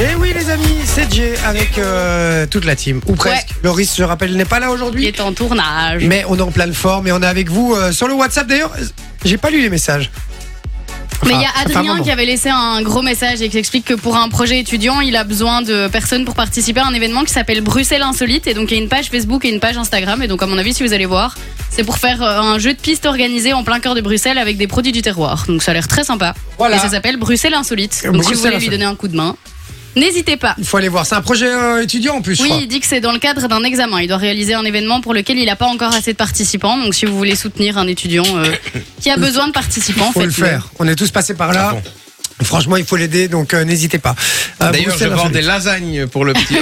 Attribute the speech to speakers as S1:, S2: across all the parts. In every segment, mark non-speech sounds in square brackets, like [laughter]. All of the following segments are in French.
S1: Et Eh oui les amis, c'est Jay avec euh, toute la team, ou presque. Loris, je rappelle, n'est pas là
S2: Il
S1: aujourd'hui,
S2: est en tournage.
S1: mais on est en pleine forme et on est avec vous euh, sur le WhatsApp. D'ailleurs, j'ai pas lu les messages.
S2: Mais il y
S1: Enfin, ça
S2: a
S1: fait un
S2: Adrien
S1: moment.
S2: qui avait laissé un gros message et qui explique que pour un projet étudiant, il a besoin de personnes pour participer à un événement qui s'appelle Bruxelles Insolite. Et donc, il y a une page Facebook et une page Instagram. Et donc, à mon avis, si vous allez voir, c'est pour faire euh, un jeu de piste organisé en plein cœur de Bruxelles avec des produits du terroir. Donc, ça a l'air très sympa.
S1: Voilà.
S2: Et ça s'appelle Bruxelles Insolite. Donc, si
S1: Bruxelles
S2: vous voulez lui
S1: Insolite.
S2: donner un coup de main, n'hésitez pas.
S1: Il faut aller voir. C'est un projet euh, étudiant en plus, je
S2: Oui,
S1: crois.
S2: il dit que c'est dans le cadre d'un examen. Il doit réaliser un événement pour lequel il n'a pas encore assez de participants. Donc, si vous voulez soutenir un étudiant
S1: [laughs]
S2: euh, qui a besoin de participants,
S1: faut le
S2: faites-le.
S1: faire. On est tous passés par là.
S3: Ah bon.
S1: Franchement, il faut l'aider, donc euh, n'hésitez pas. Euh,
S3: D'ailleurs, je
S1: Bruxelles,
S3: vends des
S1: insolite.
S3: lasagnes pour le petit.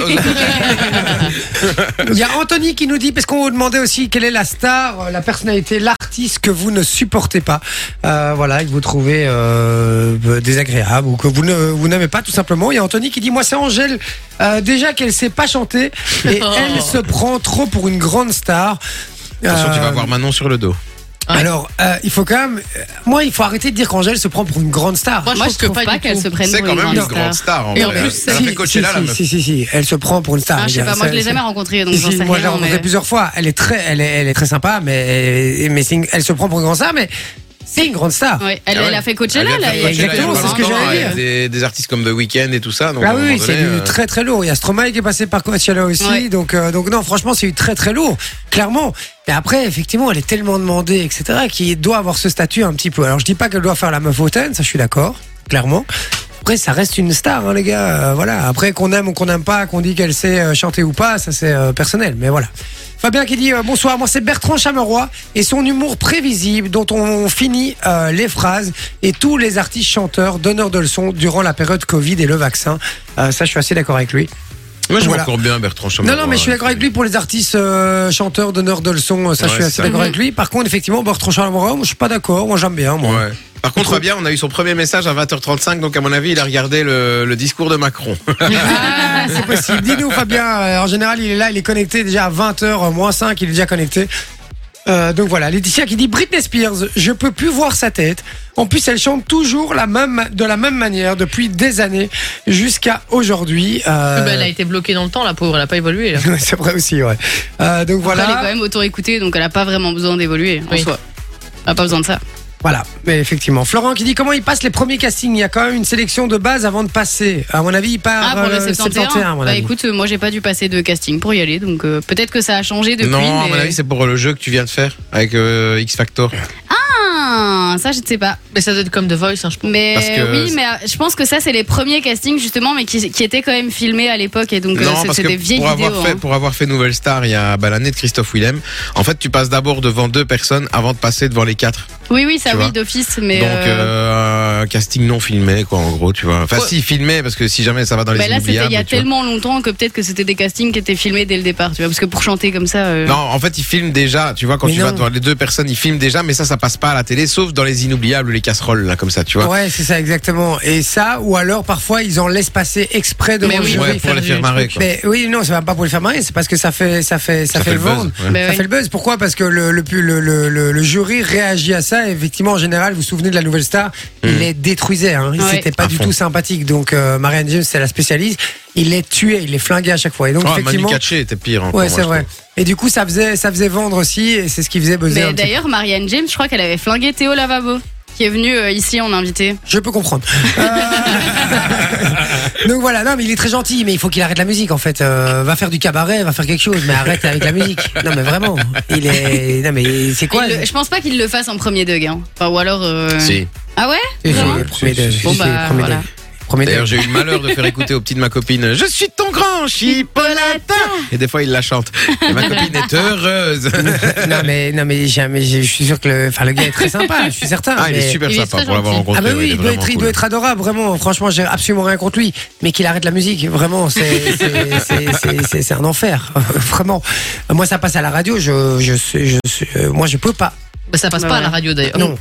S1: Il y a Anthony qui nous dit, parce qu'on vous demandait aussi quelle est la star, euh, la personnalité, l'artiste que vous ne supportez pas. Euh, voilà, et que vous trouvez euh, euh, désagréable ou que vous ne vous n'aimez pas tout simplement. Il y a Anthony qui dit, moi c'est Angèle, euh, déjà qu'elle sait pas chanter
S2: [laughs]
S1: et
S2: Oh.
S1: elle se prend trop pour une grande star.
S3: Attention, tu
S1: Euh,
S3: vas voir Manon sur le dos.
S1: Alors, euh, il faut quand même. euh, moi, il faut arrêter de dire qu'Angèle se prend pour une grande star.
S2: Moi, je,
S4: Moi, je
S2: trouve, pas,
S4: trouve pas du
S2: qu'elle
S4: tout.
S2: se prenne
S3: C'est
S2: pour
S3: quand
S2: une
S3: même une
S2: grande
S3: grande
S2: star.
S3: star.
S2: Et en
S3: vrai.
S2: plus,
S3: elle a
S2: si,
S3: fait coacher là, la
S1: si,
S3: meuf.
S1: si, si, si, elle se prend pour une star.
S2: Ah, je sais pas, moi je l'ai
S1: jamais
S2: jamais rencontrée, donc
S1: Si,
S2: j'en
S1: si,
S2: sais
S1: moi, je l'ai
S2: rien.
S1: rencontrée
S2: mais-
S1: plusieurs fois. Elle est très, elle est, elle est très sympa, mais, mais c'est une- elle se prend pour une grande star, mais c'est une grande star.
S2: Ouais, elle,
S3: Ah ouais.
S2: elle a fait Coachella,
S3: Elle a
S2: là.
S3: fait
S2: il y a
S3: Coachella il y a
S1: Exactement,
S3: pas
S1: c'est ce que
S3: longtemps,
S1: j'allais
S3: avec
S1: dire.
S3: Des, des artistes comme The Weeknd et tout ça. Donc
S1: Ah
S3: à un
S1: oui,
S3: moment
S1: oui, c'est
S3: donné,
S1: du
S3: euh,
S1: très très lourd. Il y a Stromae qui est passé par Coachella aussi.
S2: Ouais.
S1: Donc, euh, donc non, franchement, c'est du très très lourd, clairement. Et après, effectivement, elle est tellement demandée, etc., qu'il doit avoir ce statut un petit peu. Alors, je dis pas qu'elle doit faire la meuf hautaine, ça je suis d'accord, clairement. Après, ça reste une star, hein, les gars. euh, voilà. Après, qu'on aime ou qu'on n'aime pas, qu'on dit qu'elle sait euh, chanter ou pas, ça c'est euh, personnel. Mais voilà. Fabien qui dit euh, bonsoir. Moi, c'est Bertrand Chameroy et son humour prévisible dont on finit euh, les phrases et tous les artistes chanteurs donneurs de leçons durant la période Covid et le vaccin. Euh, ça, je suis assez d'accord avec lui.
S3: Moi, je vois
S1: Voilà.
S3: encore bien Bertrand Chameroy.
S1: Non, non, mais je suis d'accord avec lui pour les artistes euh, chanteurs donneurs de leçons. euh, Ça, je
S3: Ouais,
S1: suis
S3: c'est
S1: assez
S3: ça.
S1: d'accord
S2: Mhm.
S1: avec lui. Par contre, effectivement, Bertrand Chameroy, moi, je suis pas d'accord. Moi, j'aime bien. Moi.
S3: euh, Ouais. Par contre, Fabien, on a eu son premier message à 20h35, donc à mon avis, il a regardé le, le discours de Macron.
S1: [laughs] Ah, c'est possible. Dis-nous, Fabien. euh, En général, il est là, il est connecté déjà à 20h, moins 5, il est déjà connecté. Euh, donc voilà, Laetitia qui dit Britney Spears, je peux plus voir sa tête. En plus, elle chante toujours la même, de la même manière depuis des années jusqu'à aujourd'hui. Euh,
S4: Bah, elle a été bloquée dans le temps, la pauvre, elle a pas évolué. là.
S1: c'est vrai aussi, [laughs] ouais. Euh, donc
S2: Après, Elle est
S1: voilà.
S2: quand même auto-écoutée, donc elle a pas vraiment besoin d'évoluer en
S4: Oui.
S2: soi. Elle a pas besoin de ça.
S1: Voilà, mais effectivement. Florent qui dit comment il passe les premiers castings. Il y a quand même une sélection de base avant de passer. À mon avis, il part
S2: Ah, pour le
S1: euh,
S2: 71,
S1: 71, à mon
S2: Bah
S1: avis.
S2: écoute, euh, moi j'ai pas dû passer de casting pour y aller, donc euh, peut-être que ça a changé depuis.
S3: [laughs] non, à
S2: mais-
S3: mon avis, c'est pour le jeu que tu viens de faire avec euh, X Factor.
S2: Ah, ça je ne sais pas.
S4: Mais ça doit être comme The Voice, hein, je pense.
S2: Mais
S3: Parce que-
S2: oui, mais euh, je pense que ça c'est les premiers castings justement, mais qui, qui étaient quand même filmés à l'époque et donc euh,
S3: non,
S2: c'est-
S3: parce
S2: c'est
S3: que
S2: des vieilles
S3: pour
S2: vidéos.
S3: avoir, fait,
S2: hein.
S3: pour avoir fait Nouvelle Star il y a bah, l'année de Christophe Willem, en fait, tu passes d'abord devant deux personnes avant de passer devant les quatre.
S2: hein. Oui, oui, ça
S3: Tu
S2: oui
S3: vois.
S2: d'office, mais.
S3: Donc,
S2: euh,
S3: euh, un casting non filmé, quoi, en gros, tu vois. Enfin,
S2: Ouais.
S3: si, filmé, parce que si jamais ça va dans les
S2: Bah là, c'était il y a
S3: inoubliables, tu vois.
S2: tellement longtemps que peut-être que c'était des castings qui étaient filmés dès le départ, tu vois, parce que pour chanter comme ça. euh,
S3: Non, en fait, ils filment déjà. Tu vois, quand
S1: Mais
S3: tu
S1: non.
S3: vas devant les deux personnes, ils filment déjà, mais ça, ça passe pas à la télé, sauf dans les inoubliables ou les casseroles, là, comme ça, tu vois.
S1: Ouais, c'est ça, exactement. Et ça, ou alors parfois, ils en laissent passer exprès devant
S4: Mais
S1: le
S4: oui,
S1: jury.
S3: Ouais,
S4: oui,
S3: pour
S4: faire
S3: les
S4: du-
S3: faire marrer, quoi.
S1: Mais oui, non, ça va pas pour le faire marrer, c'est parce que ça fait, ça fait, ça, fait, le
S3: buzz,
S1: vendre. euh,
S3: ouais.
S2: Mais
S1: Ça
S2: Eh oui.
S1: fait le buzz. Pourquoi Parce que le, le, pu- le, le, le- le jury réagit à ça. Et effectivement, en général, vous vous souvenez de la Nouvelle Star, il les détruisait. Hein. Ils
S2: Ouais.
S1: étaient pas
S3: Hmm. À
S1: du
S3: fond.
S1: tout sympathiques. Donc, euh, Marianne James, c'est la spécialiste. Il les tuait, il les flinguait à chaque fois. Et donc,
S3: Oh, Manu
S1: effectivement.
S3: Katché était pire. encore,
S1: Ouais,
S3: moi,
S1: c'est
S3: je
S1: vrai.
S3: trouve.
S1: Et du coup, ça faisait, ça faisait vendre aussi, et c'est ce qui faisait buzzer. un
S2: Mais
S1: petit peu.
S2: d'ailleurs, Marianne James, je crois qu'elle avait flingué Théo Lavabo, qui est venu euh, ici en invité.
S1: Je peux comprendre. Euh, [laughs] Donc voilà, non, mais il est très gentil, mais il faut qu'il arrête la musique en fait. Euh, va faire du cabaret, va faire quelque chose, mais arrête avec la musique. Non, mais vraiment, il est. Non, mais c'est quoi
S2: Il le-
S1: le-
S2: je pense pas qu'il le fasse en premier dog. Hein. Enfin, ou alors. euh,
S3: Si.
S2: Ah ouais
S1: C'est- c'est-
S3: Vraiment
S1: premier
S3: Si,
S1: dé-
S3: si, si.
S2: Bon,
S1: c'est-
S2: bah,
S1: premier
S2: voilà.
S1: dé- premier dé-
S3: D'ailleurs, j'ai eu le malheur de faire écouter aux petites de ma copine Je suis ton grand chipolata Et des fois, il la chante. Et ma copine est heureuse.
S1: non, mais, non, mais, j'ai- mais j'ai- je suis sûr que le, enfin, le gars est très sympa, je suis certain.
S3: Ah, il
S1: mais-
S3: est super
S2: il est
S3: sympa
S2: très
S3: pour l'avoir
S2: gentil.
S3: rencontré.
S1: Ah bah
S3: ouais,
S1: oui,
S3: est
S1: il doit,
S3: vraiment
S1: être, il
S3: cool.
S1: doit être adorable, vraiment. Franchement, j'ai absolument rien contre lui. Mais qu'il arrête la musique, vraiment, c'est- c'est- c'est c'est- c'est- c'est un enfer. [laughs] vraiment. Moi, ça passe à la radio, je, je, sais- je, sais- euh, moi, je peux pas.
S4: Bah, ça passe
S2: Bah,
S4: pas à la
S2: ouais. [laughs]
S4: radio d'ailleurs.
S1: Non.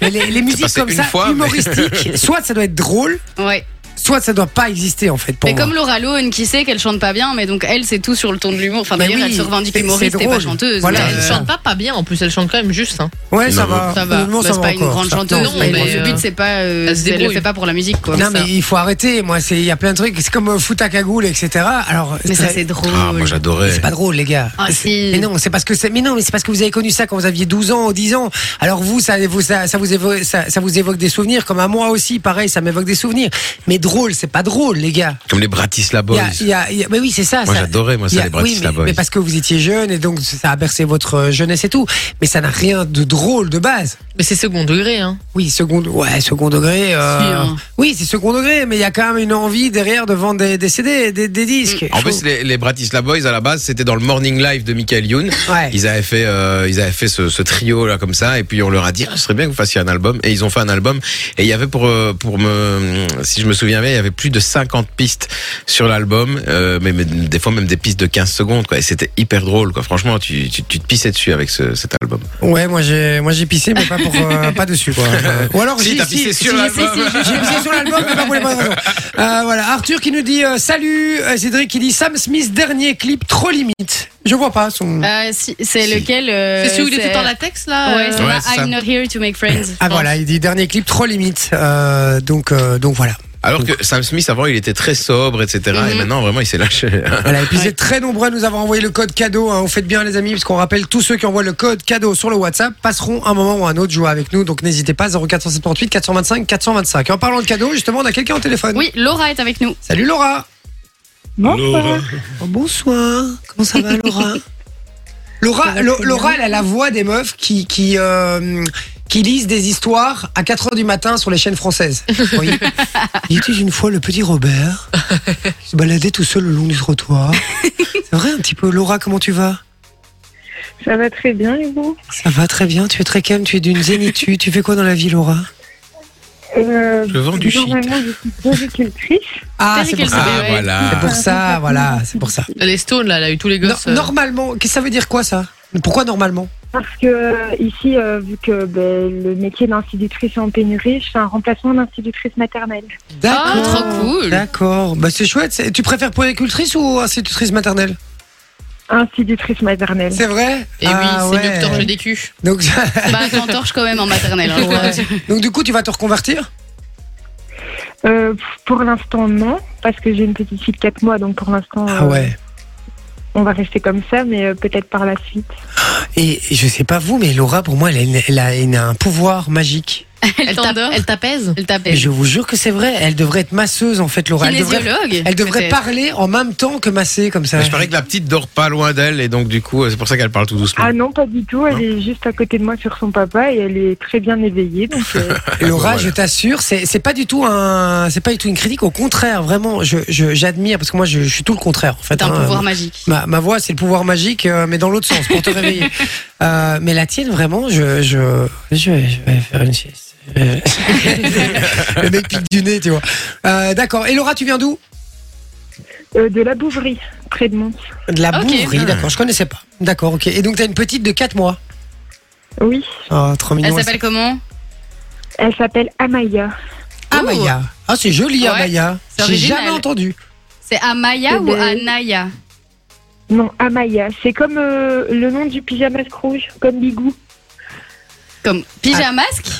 S1: Mais les, les musiques
S3: passé
S1: comme
S3: une
S1: ça,
S3: fois, mais- [laughs]
S1: humoristiques, soit ça doit être drôle,
S2: Ouais.
S1: soit ça doit pas exister en fait pour
S2: Mais
S1: moi.
S2: comme Laura Lohan qui sait qu'elle chante pas bien, mais donc elle, c'est tout sur le ton de l'humour. Enfin,
S1: Mais
S2: d'ailleurs,
S1: oui,
S2: elle se revendique
S1: c'est-
S2: humoriste
S1: c'est
S2: et pas
S1: drôle.
S2: chanteuse.
S1: Voilà,
S2: mais,
S1: c'est
S4: Elle
S1: ça.
S4: chante pas pas bien, en plus elle chante quand même juste. hein.
S1: Ouais, ça
S3: Non,
S1: va.
S2: ça va.
S1: Honnêtement,
S2: Bah,
S1: ça
S2: c'est
S1: va
S2: pas une
S1: encore,
S2: grande
S1: ça.
S2: chanteuse,
S1: Non, c'est pas
S2: mais
S1: une grande
S2: le
S1: chanteuse.
S2: but, c'est pas. euh,
S4: Elle se
S2: elle le
S4: débrouille.
S2: fait pas pour la musique, quoi.
S1: Non,
S4: ça.
S1: mais il faut arrêter. Moi, c'est il y a plein de trucs. C'est comme euh, foot à cagoule, etc. Alors,
S2: Mais ça,
S1: très-
S2: c'est drôle.
S3: Ah, moi j'adorais.
S1: C'est pas drôle, les gars.
S2: Ah, si.
S1: Mais non, c'est parce que c'est. Mais non, mais c'est parce que vous avez connu ça quand vous aviez 12 ans ou 10 ans. Alors vous, ça vous ça, ça vous évoque ça, ça vous évoque des souvenirs. Comme à moi aussi, pareil, ça m'évoque des souvenirs. Mais drôle, c'est pas drôle, les gars.
S3: Comme les Bratislava
S1: Il y
S3: Boys.
S1: a- il y a- il y a- mais oui, c'est ça.
S3: Moi
S1: ça.
S3: j'adorais, moi,
S1: Il y
S3: ça,
S1: a-
S3: les
S1: oui, mais,
S3: Bratislava Boys.
S1: mais parce que vous étiez jeune et donc ça a bercé votre euh, jeunesse et tout. Mais ça n'a rien de drôle de base.
S4: Mais c'est second degré. Hein.
S1: Oui, second, ouais, second degré. euh,
S2: Si, hein.
S1: Oui, c'est second degré, mais il y a quand même une envie derrière de vendre des, des CD, des, des disques.
S3: En
S1: Je
S3: plus,
S1: trouve-
S3: les, les Bratislava Boys, à la base, c'était dans le Morning Live de Michael Youn.
S1: Ouais.
S3: Ils avaient fait, euh, ils avaient fait ce, ce trio là comme ça, et puis on leur a dit, ah, ce serait bien que vous fassiez un album. Et ils ont fait un album. Et il y avait pour, euh, pour me, si je me souviens bien, il y avait plus de 50 pistes sur l'album, euh, mais, mais des fois même des pistes de 15 secondes. Quoi. Et c'était hyper drôle. Quoi. Franchement, tu, tu, tu te pissais dessus avec ce, cet album.
S1: Ouais, moi j'ai, moi j'ai pissé, mais pas pour, euh,
S3: [laughs]
S1: pas dessus quoi. Euh, Ou alors
S3: Si,
S1: j'ai
S3: t'as pissé sur l'album.
S1: j'ai pissé sur l'album, mais pas pour les bonnes raisons. Euh, voilà, Arthur qui nous dit euh, salut, Euh, Cédric qui dit Sam Smith dernier clip trop limite. Je vois pas son.
S2: Euh, si- c'est
S3: Si.
S2: lequel euh,
S4: C'est celui où il est tout en latex là euh,
S2: Ouais, c'est
S3: Ouais,
S2: la
S3: c'est ça.
S2: I'm not here to make friends.
S1: ah voilà, il dit dernier clip trop limite. Euh, donc, euh, donc voilà.
S3: Alors que Sam Smith, avant, il était très sobre, etc. Et
S2: Mhm.
S3: maintenant, vraiment, il s'est lâché. [laughs]
S1: Voilà, et puis c'est très nombreux à nous avoir envoyé le code cadeau. Hein. On fait bien les amis, parce qu'on rappelle tous ceux qui envoient le code cadeau sur le WhatsApp passeront un moment ou un autre jouer avec nous. Donc n'hésitez pas 0478 425 425. Et en parlant de cadeau, justement, on a quelqu'un au téléphone.
S2: Oui, Laura est
S1: [laughs]
S2: avec nous.
S1: Salut Laura.
S5: Bonsoir.
S1: Oh, bonsoir. Comment ça va [laughs] Laura Laura, Lo- Laura, elle a la voix des meufs qui qui euh, qui lisent des histoires à 4 heures du matin sur les chaînes [laughs] françaises. Oui. Il était une fois le petit Robert qui se baladait tout seul le long du trottoir. C'est vrai un petit peu. Laura, comment tu vas
S5: Ça va très bien et vous
S1: Ça va très bien, tu es très calme, tu es d'une zénitude. tu fais quoi dans la vie, Laura
S5: euh,
S3: Je vends du shit.
S5: Normalement, je suis agricultrice.
S1: Ah, c'est
S2: Eric
S1: pour ça.
S2: Elsebet,
S3: Ah,
S2: ouais.
S1: C'est
S3: voilà.
S1: pour ça, voilà, c'est pour ça.
S4: Les Stones là, elle a eu tous les
S1: No-
S4: gosses. euh,
S1: normalement, qu'est-ce que ça veut dire quoi ça Pourquoi normalement
S5: Parce que euh, ici, euh, vu que ben, le métier d'institutrice est en pénurie, je fais un remplacement d'institutrice maternelle.
S4: euh.
S2: Ah, trop cool.
S1: D'accord, bah c'est chouette. C'est- Tu préfères puéricultrice ou institutrice maternelle
S5: Institutrice maternelle.
S1: C'est vrai
S4: Et oui,
S1: Ah,
S4: c'est
S1: ouais.
S4: mieux que torcher des culs.
S1: Donc,
S2: Bah, t'entorches quand même en maternelle. hein.
S1: [laughs] Ouais. donc du coup, tu vas te reconvertir
S5: Euh, pff, pour l'instant, non, parce que j'ai une petite fille de 4 mois, donc pour l'instant,
S1: Ah
S5: euh, on va rester comme ça, mais euh, peut-être par la suite.
S1: Et je sais pas vous, mais Laura, pour moi, elle a, une- elle a une- un pouvoir magique.
S2: Elle
S4: t'a-
S2: t'endort.
S4: elle t'apaise
S2: Elle
S1: Et
S2: t'appelle.
S1: je vous jure que c'est vrai. Elle devrait être masseuse en fait, Laura. Elle devrait,
S2: Kinésiologue.
S1: elle devrait
S2: peut-être.
S1: parler en même temps que masser comme ça.
S3: Je parie que la petite dort pas loin d'elle, et donc, du coup, c'est pour ça qu'elle parle tout doucement.
S5: Ah non, pas du tout, elle
S3: Non.
S5: est juste à côté de moi sur son papa et elle est très bien éveillée. Donc, euh,
S1: Laura,
S3: Voilà.
S1: je t'assure, c'est c'est pas du tout un, c'est pas du tout une critique. Au contraire, vraiment, je je- j'admire parce que moi, je, je suis tout le contraire. En fait,
S2: T'as un
S1: hein.
S2: pouvoir magique.
S1: Ma, ma voix, c'est le pouvoir magique, euh, mais dans l'autre sens,
S2: [laughs]
S1: pour te réveiller. Euh, mais la tienne, vraiment, je, je, je, vais, je vais faire une
S2: [laughs]
S1: sieste. Euh, le mec pique du nez, tu vois. Euh, D'accord. Et Laura, tu viens d'où
S5: euh, de la Bouverie, près de Mons.
S1: De la
S2: Ok. Ah.
S1: Bouvrie, d'accord. Je connaissais pas. D'accord, ok. Et donc, t'as une petite de 4 mois.
S5: Oui,
S1: Oh, trop
S2: Elle
S1: mignon.
S2: s'appelle comment
S5: elle s'appelle Amaya.
S1: Amaya. Ah, c'est joli,
S2: Ouais.
S1: Amaya.
S2: C'est
S1: J'ai
S2: original.
S1: jamais entendu.
S2: C'est Amaya ou
S5: Eh ben-
S2: Anaya
S5: Non, Amaya. C'est comme euh, le nom du pyjamas rouge, comme Bigou.
S2: Comme pyjamasque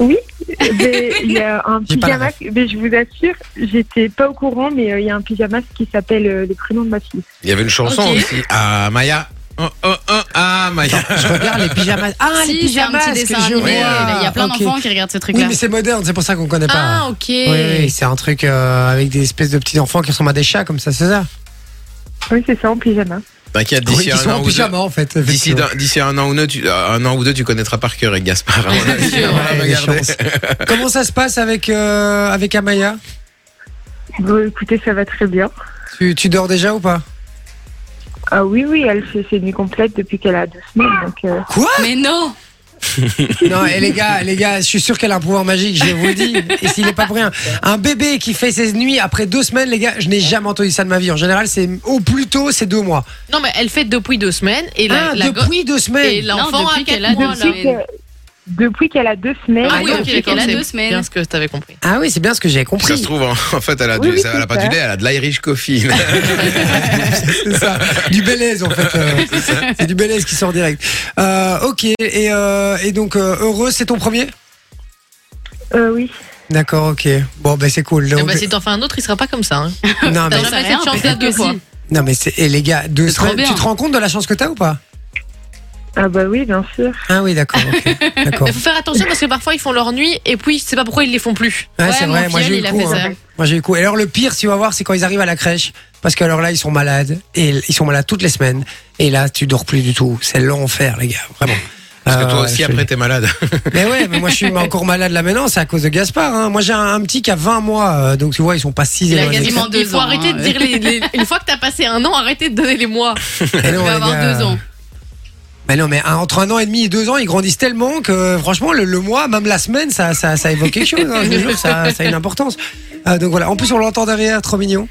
S5: Oui, Euh, [laughs] mais il y a un
S1: J'ai pas la
S5: pyjamas. Mais je vous assure, j'étais pas au courant, mais euh, il y a un pyjamas qui s'appelle euh, le prénom de ma fille.
S3: Il y avait une chanson
S2: Ok.
S3: aussi. Ah, Maya. Oh, oh, oh, ah, Maya.
S1: Je regarde les pyjamas.
S2: [laughs]
S1: Ah, les
S2: Si, c'est un
S1: pyjamas.
S2: petit
S1: ce que
S2: dessin
S1: je
S2: animé.
S1: vois.
S2: Il y a plein
S1: Ok.
S2: d'enfants qui regardent ce
S1: Oui,
S2: truc-là.
S1: mais c'est moderne, c'est pour ça qu'on connaît pas.
S4: Ah, ok.
S1: Oui, oui, c'est un truc euh, avec des espèces de petits enfants qui ressemblent à des chats comme ça, c'est ça
S5: Oui, c'est ça, en pyjama.
S3: T'inquiète,
S1: Oui,
S3: d'ici
S1: qui
S3: un
S1: sont
S3: an
S1: en
S3: ou deux.
S1: pyjama en fait.
S3: D'ici d'un- d'ici un an ou deux, tu, euh, un an ou deux, tu connaîtras par cœur avec Gaspard. à mon avis.
S1: Ouais,
S3: Voilà,
S1: les
S3: regardez.
S1: chances. Comment ça se passe avec, euh, avec Amaya
S5: Bon, écoutez, ça va très bien.
S1: tu, tu dors déjà ou pas
S5: Ah oui, oui, elle fait ses nuits complètes depuis qu'elle a deux semaines. Donc, euh,
S1: Quoi
S2: Mais non
S1: Non, et les gars, les gars, je suis sûr qu'elle a un pouvoir magique, je vous le dis. Et s'il est pas pour rien. Un bébé qui fait ses nuits après deux semaines, les gars, je n'ai jamais entendu ça de ma vie. En général, c'est au plus tôt, c'est deux mois.
S4: Non, mais elle fait depuis deux semaines et la,
S1: Ah,
S4: la go-
S1: depuis deux
S4: et
S1: semaines
S4: l'enfant
S2: Non,
S4: a
S2: depuis
S4: quatre
S2: qu'elle a
S4: mois,
S2: deux
S4: là.
S2: semaines.
S5: depuis que- Depuis qu'elle a deux semaines.
S2: Ah oui,
S4: ok,
S2: ok, qu'elle
S4: d'accord,
S2: a
S4: c'est
S2: deux semaines.
S4: Bien ce que t'avais compris.
S1: Ah oui, c'est bien ce que j'avais
S3: Ça se
S1: compris.
S3: trouve, en, en fait, elle a,
S5: Oui,
S3: du-
S5: oui,
S3: ça- elle a
S5: c'est
S3: pas
S5: ça.
S3: du lait, elle a de l'Irish coffee.
S1: [laughs] Ah, C'est ça. Du belaise en fait. euh, c'est du belaise qui sort direct. Euh, ok, et, euh, et donc euh, heureux, c'est ton premier
S5: Euh, oui.
S1: D'accord, ok. Bon, ben c'est cool.
S4: Eh
S1: Donc-
S4: ben, si t'en fais un autre, il sera pas comme ça. hein.
S1: non, mais,
S4: T'as jamais cette chance là
S2: peut-être
S4: deux
S2: que
S4: fois.
S2: si.
S1: non, mais c'est- et les gars, deux
S2: C'est trop
S1: semaines,
S2: bien.
S1: tu te rends compte de la chance que t'as ou pas
S5: Ah bah oui, bien sûr.
S1: Ah oui, d'accord. ok.
S2: [laughs]
S1: D'accord.
S4: Il faut faire attention parce que parfois ils font leur nuit et puis je sais pas pourquoi ils les font plus.
S1: Ouais,
S2: Ouais,
S1: c'est
S2: mon
S1: vrai, moi
S2: filleul,
S1: j'ai eu
S2: il
S1: le
S2: a
S1: coup.
S2: fait
S1: hein.
S2: ça.
S1: Moi j'ai eu le coup. Et alors le pire, si tu vas voir, c'est quand ils arrivent à la crèche. Parce que alors là, ils sont malades. Et ils sont malades toutes les semaines. Et là, tu dors plus du tout. C'est l'enfer, les gars. Vraiment.
S3: Parce que
S1: Euh,
S3: toi
S1: je
S3: aussi,
S1: te le
S3: après, t'es malade.
S1: Mais ouais, mais moi je suis
S3: [laughs]
S1: encore malade là maintenant, c'est à cause de Gaspard. hein. Moi j'ai un, un petit qui a 20 mois, euh, donc tu vois, ils sont pas si
S2: Il a
S1: éloignés.
S2: quasiment deux
S4: Il faut
S2: ans,
S4: arrêter
S2: hein,
S4: de dire les, les- Une fois que t'as passé un an, arrêtez de donner les mois.
S1: Mais
S2: Il
S1: non,
S2: va
S1: les
S2: avoir
S1: gars.
S2: deux ans.
S1: Mais non, mais un- entre un an et demi et deux ans, ils grandissent tellement que franchement, le, le mois, même la semaine, ça, ça, ça évoque quelque chose. hein, je vous jure, ça, ça a une importance. Euh, donc voilà, en plus on l'entend derrière, trop mignon.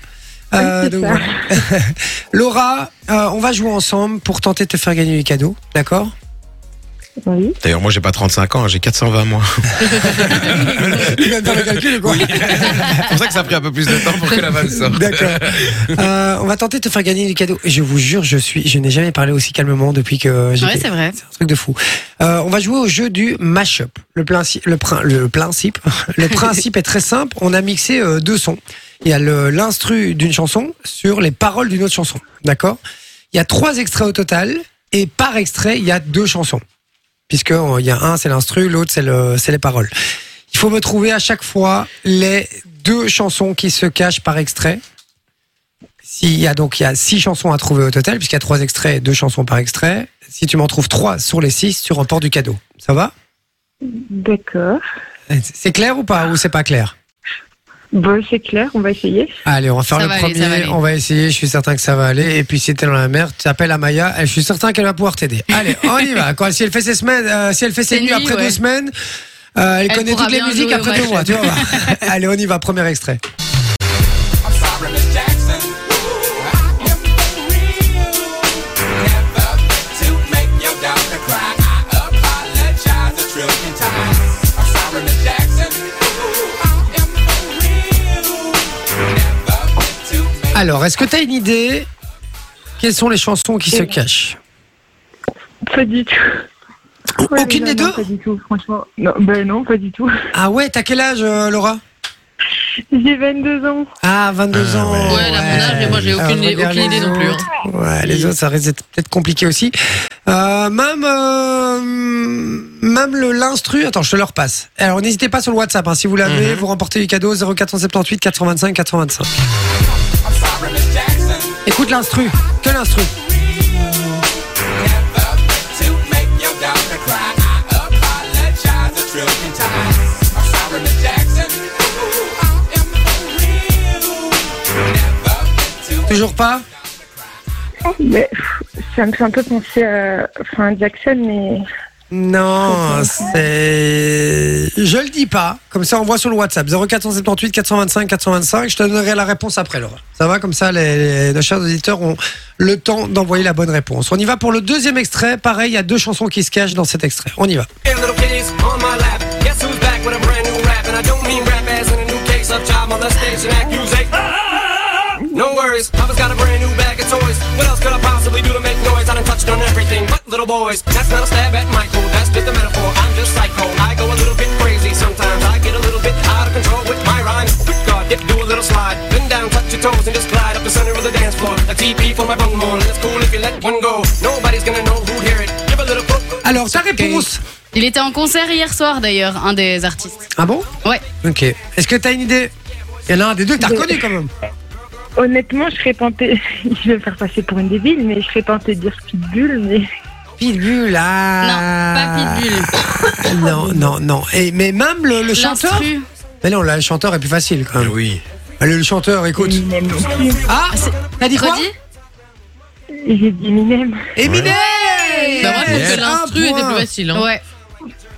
S1: Euh,
S5: Oui, c'est
S1: donc
S5: ça.
S1: voilà. [laughs] Laura, euh, on va jouer ensemble pour tenter de te faire gagner du cadeau, d'accord
S5: Oui.
S3: D'ailleurs, moi, j'ai pas 35 ans, j'ai 420 mois.
S1: Tu viens de faire le calcul ou quoi
S3: C'est pour ça que ça a pris un peu plus de temps pour que la vanne sorte.
S1: D'accord. Euh, on va tenter de te faire gagner du cadeau. Et Je vous jure, je suis, je n'ai jamais parlé aussi calmement depuis que j'ai.
S2: [laughs] Ouais, c'est vrai.
S1: un truc de fou. Euh, on va jouer au jeu du mashup. Le, princi- le, prin- le principe, [laughs] le principe est très simple. On a mixé euh, deux sons. Il y a le- l'instru d'une chanson sur les paroles d'une autre chanson. D'accord Il y a trois extraits au total et par extrait, il y a deux chansons. Puisque euh, il y a un, c'est l'instru, l'autre, c'est le, c'est les paroles. Il faut me trouver à chaque fois les deux chansons qui se cachent par extrait. S'il y a donc il y a six chansons à trouver au total, puisqu'il y a trois extraits, deux chansons par extrait. Si tu m'en trouves trois sur les six, tu remportes du cadeau. Ça va
S5: D'accord.
S1: C'est clair ou pas Ou c'est pas clair
S5: Bon, c'est clair, on va essayer.
S1: Allez, on va faire
S2: Ça
S1: le
S2: va aller,
S1: premier.
S2: ça va aller.
S1: on va essayer. Je suis certain que ça va aller. Et puis si t'es dans la merde, tu appelles à Maya. Je suis certain qu'elle va pouvoir t'aider. Allez, on y va. Quand, si elle fait ses semaines, euh, si elle fait ses
S2: Ses
S1: nuits
S2: nuits,
S1: après
S2: ouais.
S1: deux semaines, euh, elle,
S2: Elle
S1: connaît
S2: pourra
S1: toutes les
S2: bien
S1: musiques
S2: jouer au
S1: après deux
S2: match.
S1: mois. Tu vas
S2: [laughs]
S1: voir. Allez, on y va. Premier extrait. Alors, est-ce que t'as une idée Quelles sont les chansons qui se cachent
S5: Pas du tout. Ouais,
S1: Aucune
S5: non,
S1: des
S5: non,
S1: deux
S5: Pas du tout, franchement. Non, ben non, pas du tout. [laughs]
S1: Ah ouais, t'as quel âge, euh, Laura
S5: J'ai 22 ans.
S1: Ah, 22 ans.
S3: ouais.
S4: Ouais, elle a mon âge, mais moi, j'ai
S1: Ah,
S4: aucune-
S1: regarde
S4: aucune
S1: les
S4: idée non plus, hein.
S1: autres. Ouais, les autres, ça risque d'être peut-être compliqué aussi. Euh, même, euh, même le l'instru. Attends, je te le repasse. Alors, n'hésitez pas sur le WhatsApp. hein. si vous l'avez, vous remportez du cadeau 0478 425 425. Écoute l'instru. Que l'instru. Toujours pas
S5: Mais pff, ça me fait un peu penser à, enfin, à Jackson, mais
S1: Non, c'est. Je le dis pas. Comme ça, on voit sur le WhatsApp. 0478 425 425. Je te donnerai la réponse après, Laura. Ça va Comme ça, les, les- nos chers auditeurs ont le temps d'envoyer la bonne réponse. On y va pour le deuxième extrait. Pareil, il y a deux chansons qui se cachent dans cet extrait. On y va.
S6: Hey, little kitties on my lap. Guess who's back with a brand new rap? And I don't mean rap as in a new case of job on the station accusation. No worries, Papa's got a brand new bag of toys. What else could I possibly do to make noise? I done touched on everything but little boys. That's not a stab at Michael, that's just a metaphor. I'm just psycho. I go a little bit crazy sometimes. I get a little bit out of control with my rhymes. Quick guard, dip, do a little slide. Bend down, touch your toes, and just glide up the center of the dance floor. A TP for my bung hole, and it's cool if you let one go. Nobody's gonna know who'd hear it. Give a little poke.
S1: Alors, ta réponse
S2: Il était en concert hier soir d'ailleurs, un des artistes.
S1: Ah bon
S2: Ouais.
S1: Ok. Est-ce que t'as une idée Il y en a un des deux que t'as reconnu quand même.
S5: honnêtement, je serais tentée. [laughs] je vais me faire passer pour une débile, mais je serais tentée de dire Pitbull, mais [laughs]
S1: Pitbull, Ah.
S2: Non,
S1: là.
S2: pas Pitbull.
S1: Non, non, non. Et, mais même le, le chanteur.
S2: L'instru.
S1: Mais non, là, le chanteur est plus facile quand même.
S3: Oui.
S1: Allez, le chanteur, écoute.
S5: Eminem non plus.
S1: Ah, t'as dit quoi
S2: Redis
S5: J'ai dit Eminem.
S1: Eminem
S4: Bah, moi, je trouve
S1: Yes,
S4: que l'instru
S1: un
S4: était
S1: point.
S4: plus facile. hein.
S2: Ouais.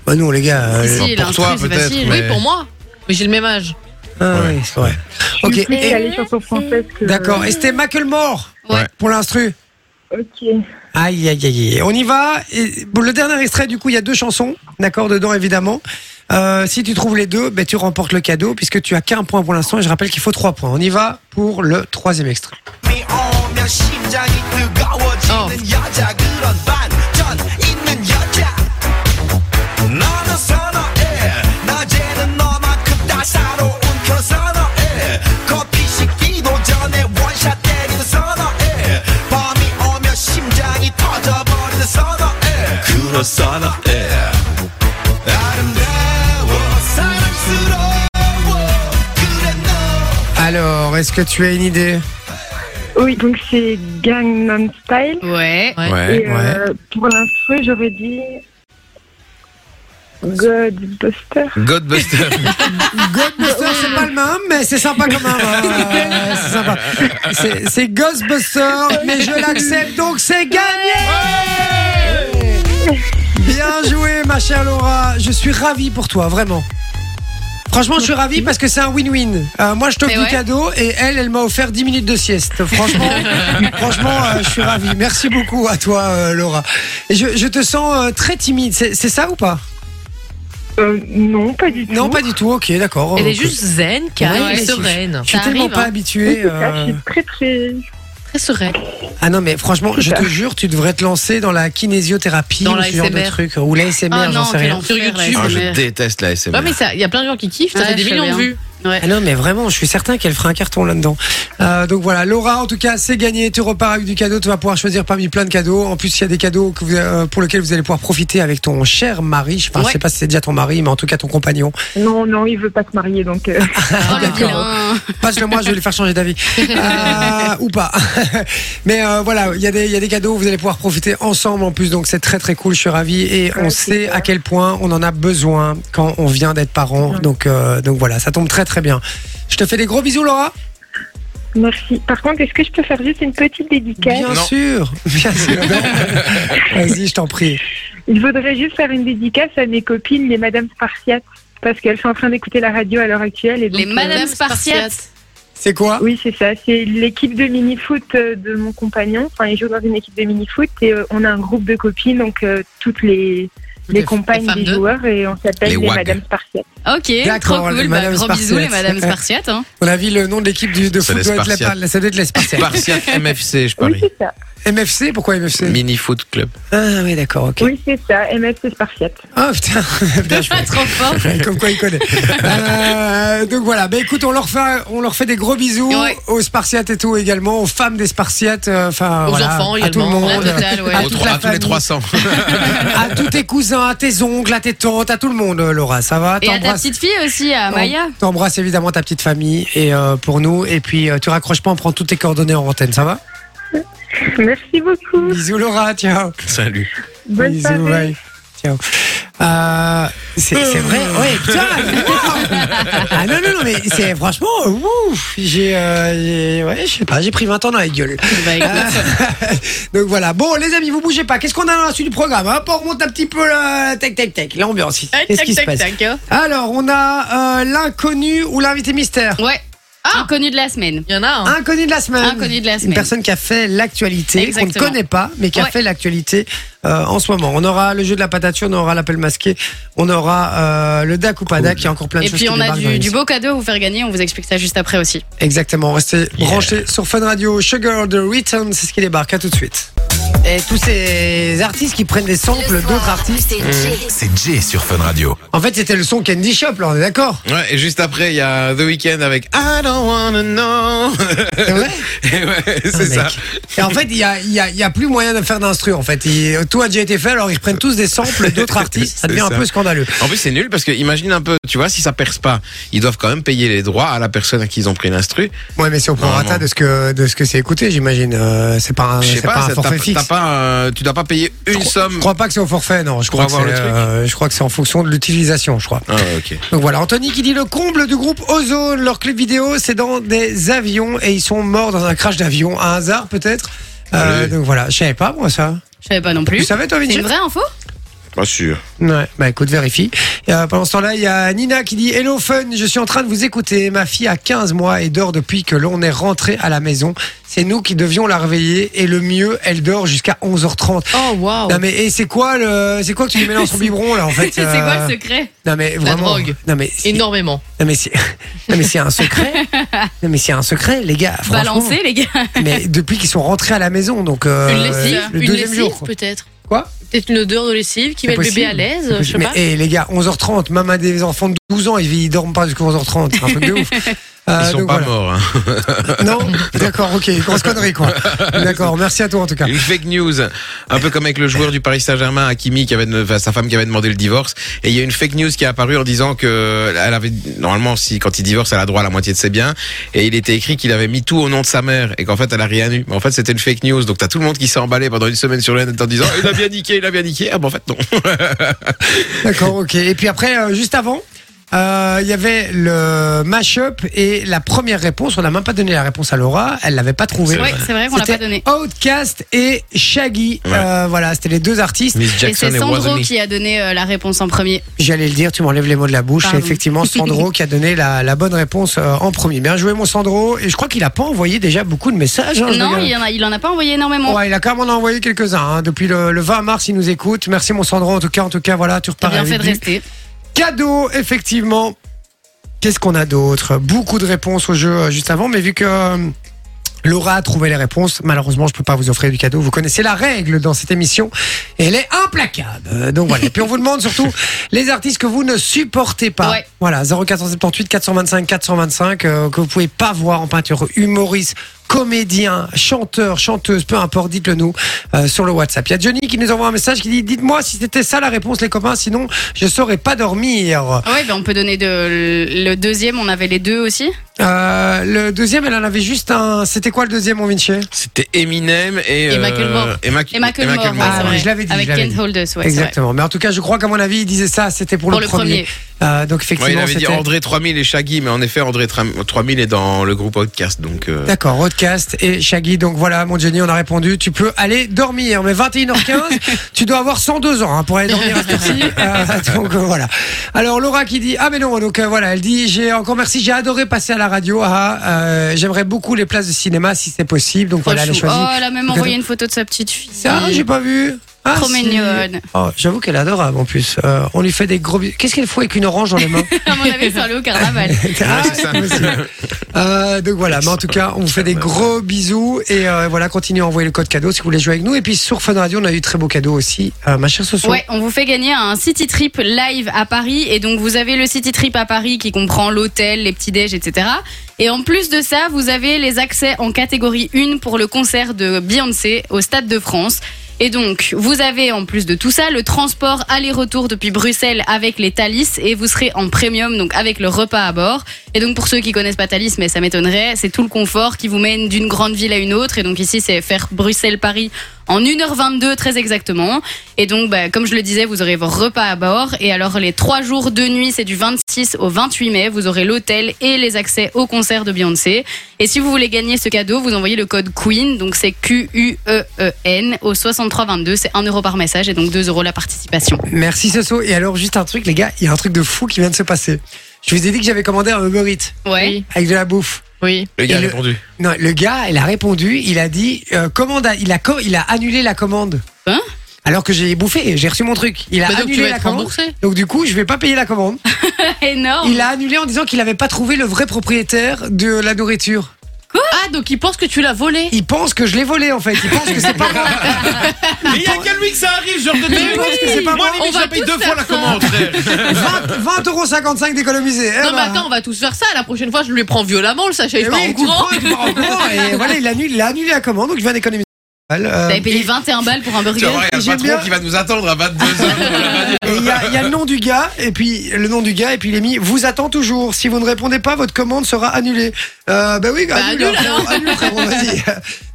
S1: Bah non, les gars. euh,
S2: Si,
S3: pour
S2: l'instru,
S3: toi,
S2: c'est
S3: peut-être,
S2: facile.
S3: mais-
S4: Oui, pour moi. Mais j'ai le même âge.
S1: ah oui, c'est vrai.
S5: Je
S1: Ok,
S5: suis plus
S1: et-
S5: calée chanson française que.
S1: d'accord. Et c'était Macklemore
S2: Ouais.
S1: pour l'instru.
S5: Ok.
S1: Aïe, aïe, aïe. aïe. On y va. Et, bon, le dernier extrait, du coup, il y a deux chansons, d'accord, dedans, évidemment. Euh, si tu trouves les deux, ben, tu remportes le cadeau, puisque tu as qu'un point pour l'instant, et je rappelle qu'il faut trois points. On y va pour le troisième extrait.
S2: 어.
S7: 선어에 아름다워 사랑스러워 그래 너
S1: Alors, est-ce que tu as une idée
S5: Oui, donc c'est Gangnam Style.
S2: Ouais.
S4: Ouais.
S5: Et euh, pour l'instru, j'aurais dit. Godbuster.
S3: Godbuster.
S1: Ghostbuster, c'est pas le même, mais c'est sympa quand même. Euh, c'est sympa. C'est- C'est Ghostbuster, mais je l'accepte, donc c'est gagné Bien joué, ma chère Laura. Je suis ravi pour toi, vraiment. Franchement, je suis ravi parce que c'est un win-win. Euh, moi, je t'offre
S2: Mais
S1: du
S2: ouais.
S1: cadeau et elle, elle m'a offert 10 minutes de sieste.
S4: [laughs]
S1: Franchement, franchement euh, je suis ravi. Merci beaucoup à toi, euh, Laura. Et je, je te sens euh, très timide. C'est c'est ça ou pas
S5: Euh, non, pas du tout.
S1: Non, pas du tout. Ok, d'accord.
S4: Elle est
S1: Ok.
S4: juste zen, calme
S2: Ouais,
S4: et
S2: c'est-
S4: sereine.
S1: Je suis
S2: Ça
S1: tellement
S2: arrive,
S1: pas
S2: hein.
S1: habitué.
S5: Ah,
S1: euh.
S5: je suis très très.
S4: Très sereine.
S1: Ah non, mais franchement, je te
S5: Super.
S1: jure, tu devrais te lancer dans la kinésiothérapie
S4: Dans
S1: ou ce genre de
S4: l'ASMR.
S1: truc. Ou l'ASMR,
S2: Ah
S1: j'en
S2: non,
S1: sais
S2: quel
S1: rien.
S2: enfer,
S4: Sur
S2: la
S4: YouTube.
S3: Ah, je
S2: SMR.
S3: déteste la SMR.
S4: Ouais, mais ça, il y a plein de gens qui kiffent, ça
S2: Ouais,
S4: fait des
S2: je sais
S4: millions de
S2: bien.
S4: vues.
S1: Ah non, mais vraiment, je suis certain qu'elle fera un carton là-dedans. Euh, donc voilà, Laura, en tout cas, c'est gagné. Tu repars avec du cadeau. Tu vas pouvoir choisir parmi plein de cadeaux. En plus, il y a des cadeaux que vous- euh, pour lesquels vous allez pouvoir profiter avec ton cher mari. Enfin, je
S4: Ouais.
S1: sais pas si c'est déjà ton mari, mais en tout cas, ton compagnon.
S5: Non, non, il veut pas se marier donc. euh, [laughs]
S2: Oh, le
S1: Ah, d'accord.
S2: vilain.
S1: Passe-le moi, je vais lui faire changer d'avis. Euh, ou pas. [laughs] Mais euh, voilà, il y, a des- il y a des cadeaux, vous allez pouvoir profiter ensemble en plus, donc c'est très très cool, je suis ravi. Et on
S5: Ouais,
S1: sait
S5: super.
S1: à quel point on en a besoin quand on vient d'être parent.
S5: Ouais.
S1: Donc, euh, donc voilà, ça tombe très très bien. Je te fais des gros bisous, Laura.
S5: Merci. Par contre, est-ce que je peux faire juste une petite dédicace
S1: Bien
S3: Non.
S1: sûr. Bien sûr. Non. Vas-y, je t'en prie.
S5: Je voudrais juste faire une dédicace à mes copines, les Madame Spartiates, parce qu'elles sont en train d'écouter la radio à l'heure actuelle. Et donc,
S2: Les
S5: euh,
S2: Madame Spartiate.
S1: C'est quoi
S5: Oui, c'est ça. C'est l'équipe de mini-foot euh, de mon compagnon. Enfin, il joue dans une équipe de mini-foot et euh, on a un groupe de copines, donc euh, toutes les, les compagnes
S4: femmes
S5: des
S4: de-
S5: joueurs et on s'appelle
S3: Les
S5: les,
S3: WAG.
S5: Madame Spartiates.
S2: Ok,
S1: D'accord,
S2: trop
S1: les
S2: cool. Bah,
S1: Madame
S2: gros bisous, les
S1: Spartiate.
S2: Madame
S1: [laughs]
S2: Spartiate. hein.
S1: On a vu le nom de l'équipe du- de
S3: C'est
S1: foot.
S3: les
S1: doit être la-
S3: Spartiates.
S1: Ça doit être les Spartiates.
S3: Spartiate MFC, je
S5: Oui,
S3: parie.
S5: c'est ça.
S1: MFC, pourquoi MFC
S3: Mini Foot Club.
S1: Ah oui, d'accord, ok.
S5: Oui, c'est ça. MFC Spartiates.
S1: Ah putain, bien [laughs] joué.
S4: Trop fort.
S1: Ouais, Comme quoi il connaît. Euh, donc voilà, bah écoute, on leur fait, on leur fait des gros bisous
S4: Ouais.
S1: aux Spartiates et tout également, aux femmes des Spartiates, euh, enfin
S4: Aux
S1: voilà,
S4: enfants
S1: à tout le
S4: également.
S1: monde,
S4: La
S2: totale, ouais.
S1: à,
S2: À
S3: Au
S1: Ah, toute
S3: trois-
S1: la
S3: à tous les
S1: famille,
S3: 300.
S1: à tous tes cousins, à tes oncles, à tes tantes, à tout le monde, euh, Laura, ça va
S2: Et à ta
S1: T'embrasses- Oh.
S2: petite fille aussi, à Maya.
S1: T'embrasses évidemment ta petite famille et euh, pour nous et puis euh, tu raccroches pas, on prend toutes tes coordonnées en antenne, ça va
S5: Merci beaucoup.
S1: Bisous Laura, ciao.
S3: Salut.
S5: Bonne
S1: Bisous,
S5: soirée.
S1: bye. Ciao. Euh, c'est c'est vrai, ouais, putain! ah non, non, non, mais c'est franchement, ouf! J'ai, euh, j'ai- ouais, je sais pas, j'ai pris 20 ans dans la gueule.
S4: Bah, écoute,
S1: [laughs] Donc voilà, bon, les amis, vous bougez pas. Qu'est-ce qu'on a dans la suite du programme? Hop, on remonte un petit peu la tech, tech, tech, l'ambiance ici. Ah, Qu'est-ce qui se passe?
S2: hein.
S1: Alors, on a euh, l'inconnu ou l'invité mystère.
S2: Ouais.
S1: Ah.
S2: Inconnu de la semaine.
S4: Il y en a hein. un.
S1: Inconnu de la semaine.
S2: Hein. Inconnu de la
S1: Une
S2: semaine.
S1: personne qui a fait l'actualité, qu'on ne
S2: Exactement.
S1: connaît pas, mais qui a
S2: Ouais.
S1: fait l'actualité euh, en ce moment. On aura le jeu de la patate chaude, on aura l'appel masqué, on aura euh, le DAC ou pas DAC, il y a encore plein de
S2: Et
S1: choses
S2: puis
S1: qui
S2: on a
S1: débarquent dans
S2: du, du
S1: l'émission.
S2: beau cadeau à vous faire gagner, on vous explique ça juste après aussi.
S1: Exactement, restez branchés sur Fun Radio, Sugar The Return, c'est ce qui débarque, à tout de suite. Et tous ces artistes qui prennent des samples d'autres artistes.
S7: c'est Jay sur Fun Radio
S1: En fait, c'était le son Candy Shop, là, on est d'accord
S3: Ouais, et juste après, il y a The Weeknd avec I don't wanna know.
S1: C'est [laughs] vrai
S3: Et ouais,
S1: Ah,
S3: [laughs] c'est ça.
S1: mec. Et en fait, il n'y a, il y a- il y a plus moyen de faire d'instru, en fait. Il- tout a déjà été fait, alors ils reprennent tous des samples d'autres artistes. Ça
S3: [laughs] C'est
S1: devient un
S3: ça.
S1: peu scandaleux.
S3: En plus, c'est nul parce que imagine un peu, tu vois, si ça perce pas, ils doivent quand même payer les droits à la personne à qui ils ont pris l'instru.
S1: Ouais, mais c'est au prorata
S3: Normalement.
S1: de ce que de ce que c'est écouté, j'imagine. Euh, c'est pas un,
S3: Je sais
S1: c'est pas,
S3: pas,
S1: un
S3: ça- t'as
S1: forfait
S3: t'as
S1: fixe.
S3: pas, euh, tu dois pas payer une
S1: Je
S3: somme.
S1: crois pas que c'est au forfait, non. Je
S3: Pour
S1: crois, que
S3: avoir
S1: c'est,
S3: le truc.
S1: euh, je crois que c'est en fonction de l'utilisation, je crois.
S3: Ah, ok.
S1: Donc voilà, Anthony qui dit le comble du groupe Ozone. Leur clip vidéo, c'est dans des avions et ils sont morts dans un crash d'avion. Un hasard peut-être. Euh,
S3: Allez.
S1: donc voilà, je savais pas moi ça.
S2: Je savais pas non
S1: Tu
S2: plus.
S1: savais toi,
S2: C'est
S1: Vinci
S2: une vraie info
S3: Pas sûr.
S1: Ouais, bah écoute, vérifie. Et, euh, pendant ce temps-là, il y a Nina qui dit Hello fun, je suis en train de vous écouter. Ma fille a 15 mois et dort depuis que l'on est rentré à la maison. C'est nous qui devions la réveiller et le mieux, elle dort jusqu'à 11h30.
S4: Oh waouh.
S1: Non mais et c'est quoi le c'est quoi que tu lui mets
S4: [laughs]
S1: dans son biberon là en fait euh,
S2: C'est quoi
S1: Ah.
S2: le secret
S1: Non mais vraiment.
S4: drogue.
S1: Non mais c'est-
S4: Énormément.
S1: non mais c'est non mais c'est un
S4: [laughs]
S1: secret. non mais c'est un secret les gars. franchement.
S2: Balancer, les gars.
S1: Mais depuis qu'ils sont rentrés à la maison donc euh,
S4: une lessive,
S1: le
S4: une
S1: deuxième
S4: lessive
S1: jour. quoi.
S4: peut-être.
S1: Quoi
S4: Peut-être une odeur de lessive qui
S1: C'est
S4: met le bébé
S1: possible.
S4: à l'aise,
S1: C'est
S4: je sais
S1: possible.
S4: pas.
S1: Mais hey, les gars, 11h30, même un des enfants de 12 ans, ils, ils dorment pas jusqu'à 11h30. C'est un truc de
S2: [laughs]
S1: ouf. Euh,
S3: Ils sont
S1: donc
S3: pas
S1: voilà.
S3: morts. hein.
S1: Non D'accord, ok. Grosse connerie,
S3: [laughs]
S1: quoi. D'accord, merci à toi en tout cas.
S3: Une fake news, un peu comme avec le joueur du Paris Saint-Germain, Hakimi, qui avait, enfin, sa femme qui avait demandé le divorce. Et il y a une fake news qui est apparue en disant que elle avait normalement, si quand il divorce, elle a droit à la moitié de ses biens. Et il était écrit qu'il avait mis tout au nom de sa mère et qu'en fait, elle a rien eu. Mais en fait, c'était une fake news. Donc t'as tout le monde qui s'est emballé pendant une semaine sur le net en disant il a bien niqué, il a bien niqué. Ah, bon, en fait, non.
S1: D'accord, ok. Et puis après, euh, juste avant, euh, il y avait le mash-up et la première réponse. On n'a même pas donné la réponse à Laura. Elle l'avait pas trouvée.
S2: Ouais, c'est vrai qu'on l'a pas donné.
S1: Outcast et Shaggy.
S3: Ouais.
S1: Euh, voilà, c'était les deux artistes.
S3: Miss
S2: Et
S3: Jackson
S2: c'est
S3: et
S2: Sandro
S3: Wozniak.
S2: qui a donné euh, la réponse en premier.
S1: J'allais le dire, tu m'enlèves les mots de la bouche. C'est
S2: Pardon.
S1: effectivement Sandro qui a donné la, la bonne réponse euh, en premier. Bien joué, mon Sandro. Et je crois qu'il a pas envoyé déjà beaucoup de messages. hein, je
S2: Non,
S1: regarde.
S2: il en, a, il en a pas envoyé énormément.
S1: Ouais, il a carrément en envoyé quelques-uns. hein. Depuis le, le 20 mars, il nous écoute. Merci, mon Sandro. En tout cas, en tout cas, voilà, tu
S2: T'as
S1: repars avec
S2: bien fait de
S1: du
S2: rester.
S1: Cadeau, effectivement. Qu'est-ce qu'on a d'autre Beaucoup de réponses au jeu euh, juste avant, mais vu que euh, Laura a trouvé les réponses, malheureusement, je peux pas vous offrir du cadeau. Vous connaissez la règle dans cette émission, et elle est implacable. Euh, Donc voilà. Et puis on vous demande surtout les artistes que vous ne supportez pas.
S2: Ouais.
S1: Voilà, 0478 425 425 euh, que vous pouvez pas voir en peinture. Humoriste, comédien, chanteur, chanteuse, peu importe, dites-le nous euh, sur le WhatsApp. Il y a Johnny qui nous envoie un message qui dit "Dites-moi si c'était ça la réponse les copains, sinon je saurais pas dormir."
S2: Ah ouais, ben on peut donner de, le deuxième, on avait les deux aussi.
S1: Euh, le deuxième, elle en avait juste un. C'était quoi le deuxième, mon Vinci
S3: C'était Eminem et,
S4: Et
S3: euh,
S4: Macklemore.
S3: et Mac-
S2: Et Michael
S3: et
S2: Moore,
S3: Macklemore,
S2: ouais, c'est
S1: Ah,
S3: ouais.
S2: vrai.
S1: je l'avais dit,
S2: Avec
S1: je l'avais
S2: Ken
S1: dit.
S2: Holders, ouais, c'est vrai.
S1: Exactement. Mais en tout cas, je crois qu'à mon avis, il disait ça, c'était pour,
S2: Pour le premier.
S1: Euh, donc
S3: Ouais, il
S1: effectivement,
S3: avait dit
S1: c'était-
S3: André 3000 et Shaggy, mais en effet, André 3000 est dans le groupe Outcast, donc. euh,
S1: D'accord, Rodcast et Shaggy. Donc voilà, mon Jenny, on a répondu. Tu peux aller dormir. Mais
S2: [laughs]
S1: 21h15, tu dois avoir 102 ans hein, pour aller dormir à cette heure-ci. Euh, donc euh, voilà. Alors Laura qui dit Ah, mais non, donc euh, voilà, elle dit J'ai encore merci, j'ai adoré passer à la radio. Ah, ah, euh, J'aimerais beaucoup les places de cinéma si c'est possible. Donc voilà, elle a
S2: Trop chou.
S1: choisi.
S2: Oh, elle a même
S1: Donc,
S2: envoyé une photo de sa petite fille.
S1: Ça, j'ai pas vu. Ah,
S2: Trop
S1: si.
S2: mignonne.
S3: Ah.
S1: Oh, J'avoue qu'elle est adorable en plus. Euh, on lui fait des gros bisous. Qu'est-ce qu'elle fout avec une orange dans les
S3: [laughs]
S1: mains
S2: À mon avis, c'est allé au carnaval.
S1: Ah,
S3: c'est ça.
S1: possible. Euh, donc voilà, mais en tout cas, on vous fait des gros bisous et euh, voilà, continuez à envoyer le code cadeau si vous voulez jouer avec nous. Et puis sur Fun Radio, on a eu très beau cadeau aussi, euh, ma chère Soso.
S2: Ouais, on vous fait gagner un city trip live à Paris. Et donc, vous avez le city trip à Paris qui comprend l'hôtel, les petits déj, etc. Et en plus de ça, vous avez les accès en catégorie 1 pour le concert de Beyoncé au Stade de France. Et donc, vous avez en plus de tout ça le transport aller-retour depuis Bruxelles avec les Thalys et vous serez en premium, donc avec le repas à bord. Et donc, pour ceux qui connaissent pas Thalys, mais ça m'étonnerait, c'est tout le confort qui vous mène d'une grande ville à une autre. Et donc, ici, c'est faire Bruxelles-Paris en 1h22 très exactement. Et donc, bah, comme je le disais, vous aurez vos repas à bord. Et alors, les trois jours de nuit, c'est du 26 au 28 mai. Vous aurez l'hôtel et les accès au concert de Beyoncé. Et si vous voulez gagner ce cadeau, vous envoyez le code QUEEN, donc c'est Q-U-E-E-N, E au 6322. C'est 1 euro par message et donc 2 euros la participation.
S1: Merci Soso. Et alors, juste un truc, les gars, il y a un truc de fou qui vient de se passer. Je vous ai dit que j'avais commandé un Uber Eats
S2: Ouais.
S4: Oui.
S1: avec de la bouffe.
S4: Oui.
S3: Le gars
S1: Et
S3: a
S1: le-
S3: répondu.
S1: Non, le gars, il a répondu, il a dit euh, commande, à- il a co- il a annulé la commande.
S2: Hein
S1: Alors que j'ai bouffé, j'ai reçu mon truc. Il a
S4: Bah donc tu
S1: annulé
S4: vas
S1: la
S4: être
S1: commande.
S4: remboursé.
S1: Donc du coup, je vais pas payer la commande.
S2: [laughs]
S4: Ah.
S2: Énorme.
S1: Il a annulé en disant qu'il n'avait pas trouvé le vrai propriétaire de la nourriture.
S4: Ah donc il pense que tu l'as volé.
S1: Il pense que je l'ai volé en fait. Il pense que c'est pas moi.
S3: Mais [laughs] il y a qu'à lui que ça arrive, genre de
S1: Il pense que c'est pas moi.
S4: On va tous faire ça.
S1: 20,55 euros d'économiser. Eh
S4: Non mais
S1: bah.
S4: attends, on va tous faire ça. La prochaine fois, je lui prends violemment le sachet.
S1: Eh
S4: Je pars en
S1: oui, tu
S4: courant.
S1: prends, tu pars en courant. Et voilà, il annule, il a annulé la commande, donc je viens d'économiser.
S4: Bah,
S1: Euh,
S2: T'avais payé 21 balles pour un
S3: Tu
S2: burger.
S3: vas voir, il y a
S1: J'aime
S3: le
S1: bien.
S3: patron qui va nous attendre à
S1: [laughs]
S3: 22h.
S1: Et il y, a il y a le nom du gars, et puis le nom du gars, et puis il est mis Vous attend toujours. Si vous ne répondez pas, votre commande sera annulée. Euh, ben
S4: Bah,
S1: oui, annule,
S4: annule, [laughs]
S1: frérot, annule, frérot, vas-y.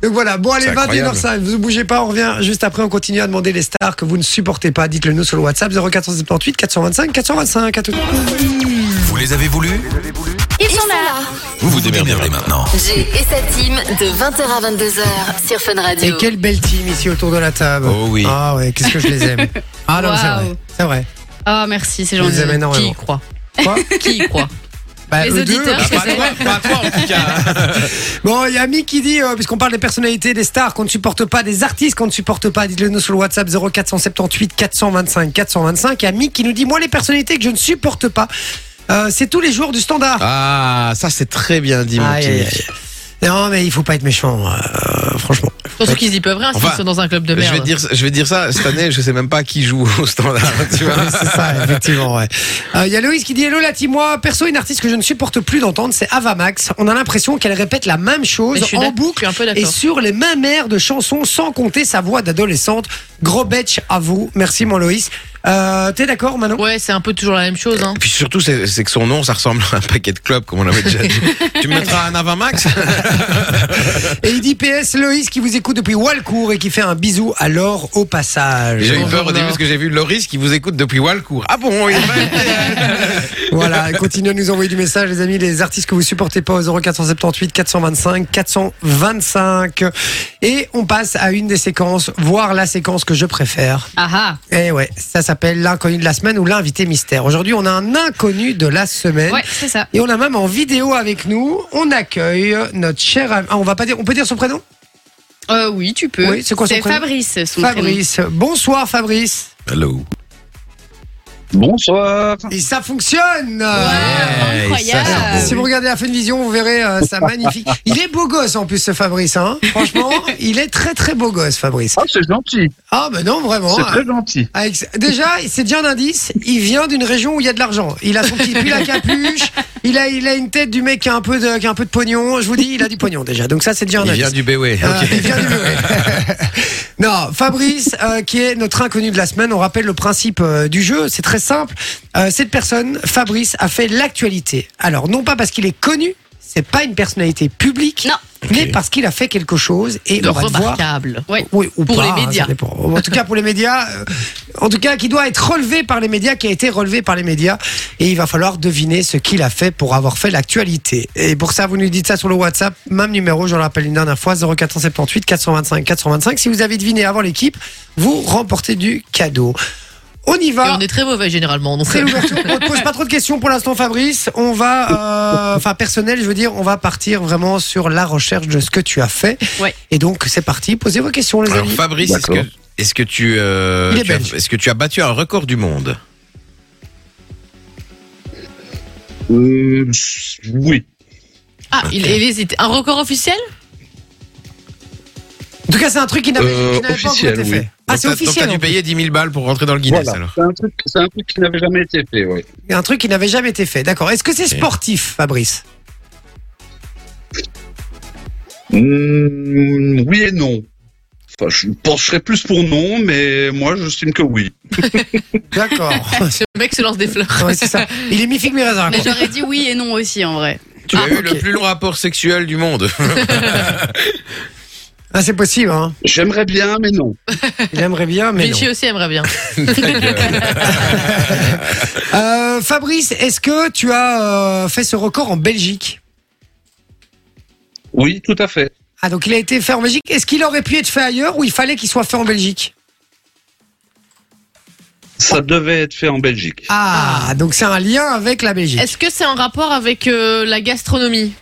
S1: Donc voilà, bon, allez,
S3: C'est
S1: 21h05, vous ne bougez pas, on revient juste après, on continue à demander les stars que vous ne supportez pas. Dites-le nous sur le WhatsApp 0478 425 425. À tout.
S7: Vous les avez voulu
S8: Ils sont
S2: sont là.
S7: Vous vous démerdez maintenant.
S8: Jay et sa team de 20h à 22h sur Fun
S1: Et
S8: Radio.
S1: quelle belle team ici autour de la table.
S3: Oh oui.
S1: Ah ouais, qu'est-ce que je les
S4: [laughs]
S1: aime. Ah non, c'est vrai.
S2: Waouh.
S1: C'est vrai.
S2: Ah, merci, c'est
S1: Je
S2: gentil.
S1: les aime
S4: Qui
S1: énormément.
S4: y croit
S1: Quoi
S4: [laughs] Qui y croit
S1: Bah,
S2: Les
S1: eux deux.
S2: auditeurs,
S3: Ah, pas toi, pas toi, en tout cas.
S1: Bon, il y a Mick qui dit, euh, puisqu'on parle des personnalités, des stars qu'on ne supporte pas, des artistes qu'on ne supporte pas, dites-le nous sur le WhatsApp 0478 425 425. Il y a Mick qui nous dit, moi les personnalités que je ne supporte pas, euh, c'est tous les joueurs du standard.
S3: Ah, ça c'est très bien dit, mon
S1: Aïe,
S3: petit
S1: aïe,
S3: Mick.
S1: aïe. Non, mais il faut pas être méchant, euh, franchement.
S4: Surtout qu'ils y peuvent rien s'ils
S3: Enfin,
S4: sont dans un club de
S3: Je
S4: merde.
S3: vais, te dire, je vais te dire ça, cette année, je sais même pas qui joue au standard, [laughs] tu vois.
S1: [laughs] c'est ça, effectivement, ouais. Euh, Il y a Loïs qui dit Hello la team, moi, perso, une artiste que je ne supporte plus d'entendre, c'est Avamax. On a l'impression qu'elle répète la même chose
S4: Mais je suis
S1: en
S4: d'ac- je
S1: boucle
S4: suis un peu
S1: et
S4: d'accord.
S1: sur les mêmes airs de chansons, sans compter sa voix d'adolescente. Gros bitch à vous. Merci, mon Loïs. Euh, T'es d'accord, Manon
S4: Ouais, c'est un peu toujours la même chose. Hein.
S3: Puis surtout, c'est c'est que son nom, ça ressemble à un paquet de clubs, comme on l'avait déjà dit. tu me mettras un Avamax
S1: Et il dit PS, Loïs qui vous écoute depuis Walcourt et qui fait un bisou à Laure au passage.
S3: [laughs] J'ai eu
S4: Bonjour,
S3: peur au début
S4: Laure.
S3: parce que j'ai vu Loris qui vous écoute depuis Walcourt. Ah bon, il est [laughs] hein. vrai
S1: Voilà, continuez à nous envoyer du message, les amis, les artistes que vous supportez pas au 0478 425 425. Et on passe à une des séquences, voire la séquence que je préfère.
S2: Ah ah.
S1: Et ouais, ça s'appelle l'inconnu de la semaine ou l'invité mystère. Aujourd'hui, on a un inconnu de la semaine.
S2: Ouais, c'est ça.
S1: Et on a même en vidéo avec nous, on accueille notre cher ami. Ah, on va pas dire, on peut dire son prénom
S2: Euh, oui, tu peux.
S1: Oui, c'est quoi son prénom
S2: Fabrice, son prénom.
S1: Fabrice. Bonsoir Fabrice.
S7: Hello.
S9: Bonsoir.
S1: Et ça fonctionne.
S2: Ouais, incroyable.
S3: ça, c'est
S1: Ah, Si vous regardez la fin de vision, vous verrez euh, ça
S3: [laughs]
S1: magnifique. Il est beau gosse en plus ce Fabrice. Hein. Franchement, il est très très beau gosse Fabrice.
S9: Ah, c'est gentil.
S1: Ah ben non vraiment.
S9: C'est très gentil.
S1: Avec- Déjà, c'est déjà un indice. Il vient d'une région où il y a de l'argent. Il a son petit pull
S9: [laughs]
S1: à capuche. Il a il a une tête du mec qui a un peu de qui a un peu de pognon. Je vous dis, il a du pognon déjà. Donc ça c'est déjà un
S3: Il
S1: indice.
S3: vient du Béoué.
S1: Euh, il vient du Loiret. [laughs] non, Fabrice, euh, qui est notre inconnu de la semaine, on rappelle le principe euh, du jeu, c'est très simple. Euh, cette personne, Fabrice, a fait l'actualité. Alors, non pas parce qu'il est connu, c'est pas une personnalité publique,
S2: Non.
S1: mais parce qu'il a fait quelque chose et
S4: De
S1: on va voir.
S4: remarquable. Ouais.
S1: Oui, ou
S4: Pour
S1: pas,
S4: les
S1: hein, ça
S4: médias.
S1: dépend. en tout cas, pour les médias, euh, en tout cas, qui doit être relevé par les médias, qui a été relevé par les médias. Et il va falloir deviner ce qu'il a fait pour avoir fait l'actualité. Et pour ça, vous nous dites ça sur le WhatsApp, même numéro, je le rappelle une dernière fois, 0478 425 425. Si vous avez deviné avant l'équipe, vous remportez du cadeau. On y
S4: Et
S1: va.
S4: on est très mauvais généralement. Donc euh,
S1: C'est l'ouverture. On ne pose pas trop de questions pour l'instant, Fabrice. On va, euh, enfin personnel, je veux dire, on va partir vraiment sur la recherche de ce que tu as fait.
S4: Ouais.
S1: Et donc c'est parti. Posez vos questions, les
S3: Alors
S1: amis.
S3: Fabrice, est-ce que,
S9: D'accord.
S3: est-ce que tu, euh,
S1: Il est
S3: tu as-
S1: belge. Ah,
S3: est-ce que tu as battu un record du monde
S9: Euh, pff, oui.
S4: Ah, il, il hésite. Un record officiel
S1: En tout cas, c'est un truc qui n'avait
S9: Euh,
S1: qui n'avait pas encore
S9: officiel,
S1: été
S9: oui.
S1: fait. Ah,
S3: Donc
S1: c'est
S3: t'as- Donc
S1: officiel.
S3: t'as dû
S1: en
S3: payer 10 000 balles pour rentrer dans le Guinness
S9: Voilà.
S3: alors.
S9: C'est un truc, c'est un truc qui n'avait jamais été fait, oui.
S1: plus. Un truc qui n'avait jamais été fait. D'accord. Est-ce que c'est
S3: Ok.
S1: sportif, Fabrice
S9: Mm, oui et non. Enfin, je pencherais plus pour non, mais moi, j'estime que oui.
S1: D'accord.
S4: Ce mec se lance des fleurs.
S1: Ouais, c'est ça. Il est mi figue mi raisin.
S2: Mais
S1: quoi.
S2: j'aurais dit oui et non aussi en vrai.
S3: Tu
S1: Ah,
S3: as eu
S1: ok.
S3: le plus long rapport sexuel du monde. [laughs]
S1: Ah, c'est possible. Hein.
S9: J'aimerais bien, mais non.
S1: Il aimerait bien, mais non.
S4: Vichy aussi aimerait bien.
S1: Euh, Fabrice, est-ce que tu as euh, fait ce record en Belgique
S9: Oui, tout à fait.
S1: Ah, donc il a été fait en Belgique. Est-ce qu'il aurait pu être fait ailleurs ou il fallait qu'il soit fait en Belgique
S9: Ça devait être fait en Belgique.
S1: Ah, donc c'est un lien avec la Belgique.
S4: Est-ce que c'est en rapport avec euh, la gastronomie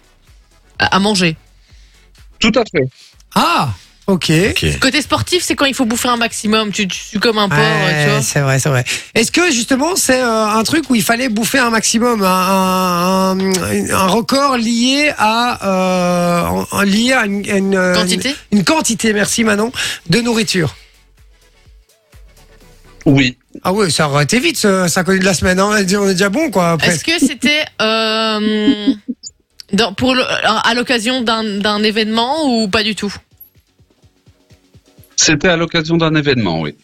S4: à, à manger
S9: Tout à fait.
S1: Ah, ok.
S4: Côté sportif, c'est quand il faut bouffer un maximum. Tu, tu sues comme un porc,
S1: Ouais,
S4: euh, tu
S1: c'est vrai, c'est vrai. Est-ce que justement c'est euh, un truc où il fallait bouffer un maximum, un, un- un- un record lié à euh, un- un- lié à une, à une, euh,
S4: vois. Quantité
S1: une quantité, merci Manon, de nourriture.
S9: Oui.
S1: Ah oui, ça aurait été vite, ce, ça connu de la semaine. hein. On est déjà- on est déjà bon, quoi. Après.
S4: Est-ce que c'était euh, dans- pour le- à l'occasion d'un d'un événement ou pas du tout
S9: C'était à l'occasion d'un événement, oui.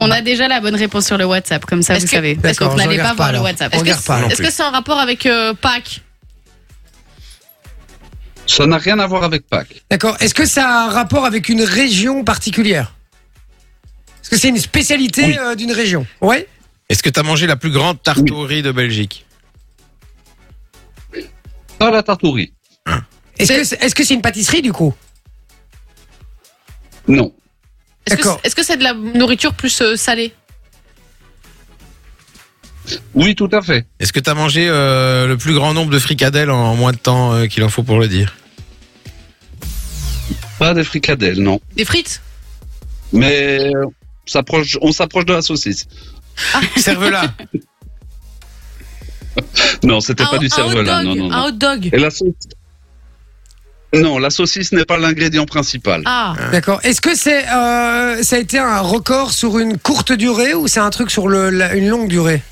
S2: On a déjà la bonne réponse sur le WhatsApp, comme ça
S4: Est-ce
S2: vous
S4: que-
S2: savez. Parce
S1: D'accord,
S2: qu'on
S1: je
S2: n'allait
S1: regarde
S2: pas
S1: pas,
S2: voir le
S1: alors.
S2: WhatsApp.
S1: On
S4: Est-ce que
S1: regarde pas
S4: c'est-
S1: non
S4: est-ce que c'est en rapport avec euh, Pâques
S9: Ça n'a rien à voir avec Pâques.
S1: D'accord. Est-ce que ça a un rapport avec une région particulière Est-ce que c'est une spécialité
S9: Oui.
S1: euh, d'une région Ouais.
S3: Est-ce que t'as mangé la plus grande tarte au riz de Belgique
S9: Pas la tarte au riz.
S1: Est-ce que c'est est -ce c'est une pâtisserie du coup
S9: Non.
S4: Est-ce que
S1: D'accord.
S4: c'est- est-ce que c'est de la nourriture plus euh, salée
S9: Oui, tout à fait.
S3: Est-ce que t'as mangé euh, le plus grand nombre de fricadelles en moins de temps euh, qu'il en faut pour le
S1: [laughs]
S3: dire
S9: Pas des fricadelles, non.
S4: Des frites
S9: Mais euh, on s'approche- on s'approche de la saucisse.
S3: Serve-la
S9: Non, c'était
S4: Ah, un,
S9: pas
S4: un
S9: du
S4: hot
S9: cerveau-là.
S4: dog,
S9: Non, Euh, non,
S4: un
S9: non.
S4: hot dog.
S9: Et la saucisse Non, la saucisse n'est pas l'ingrédient principal.
S4: Ah,
S1: D'accord. Est-ce que c'est euh, ça a été un record sur une courte durée ou c'est un truc sur le, la- une longue durée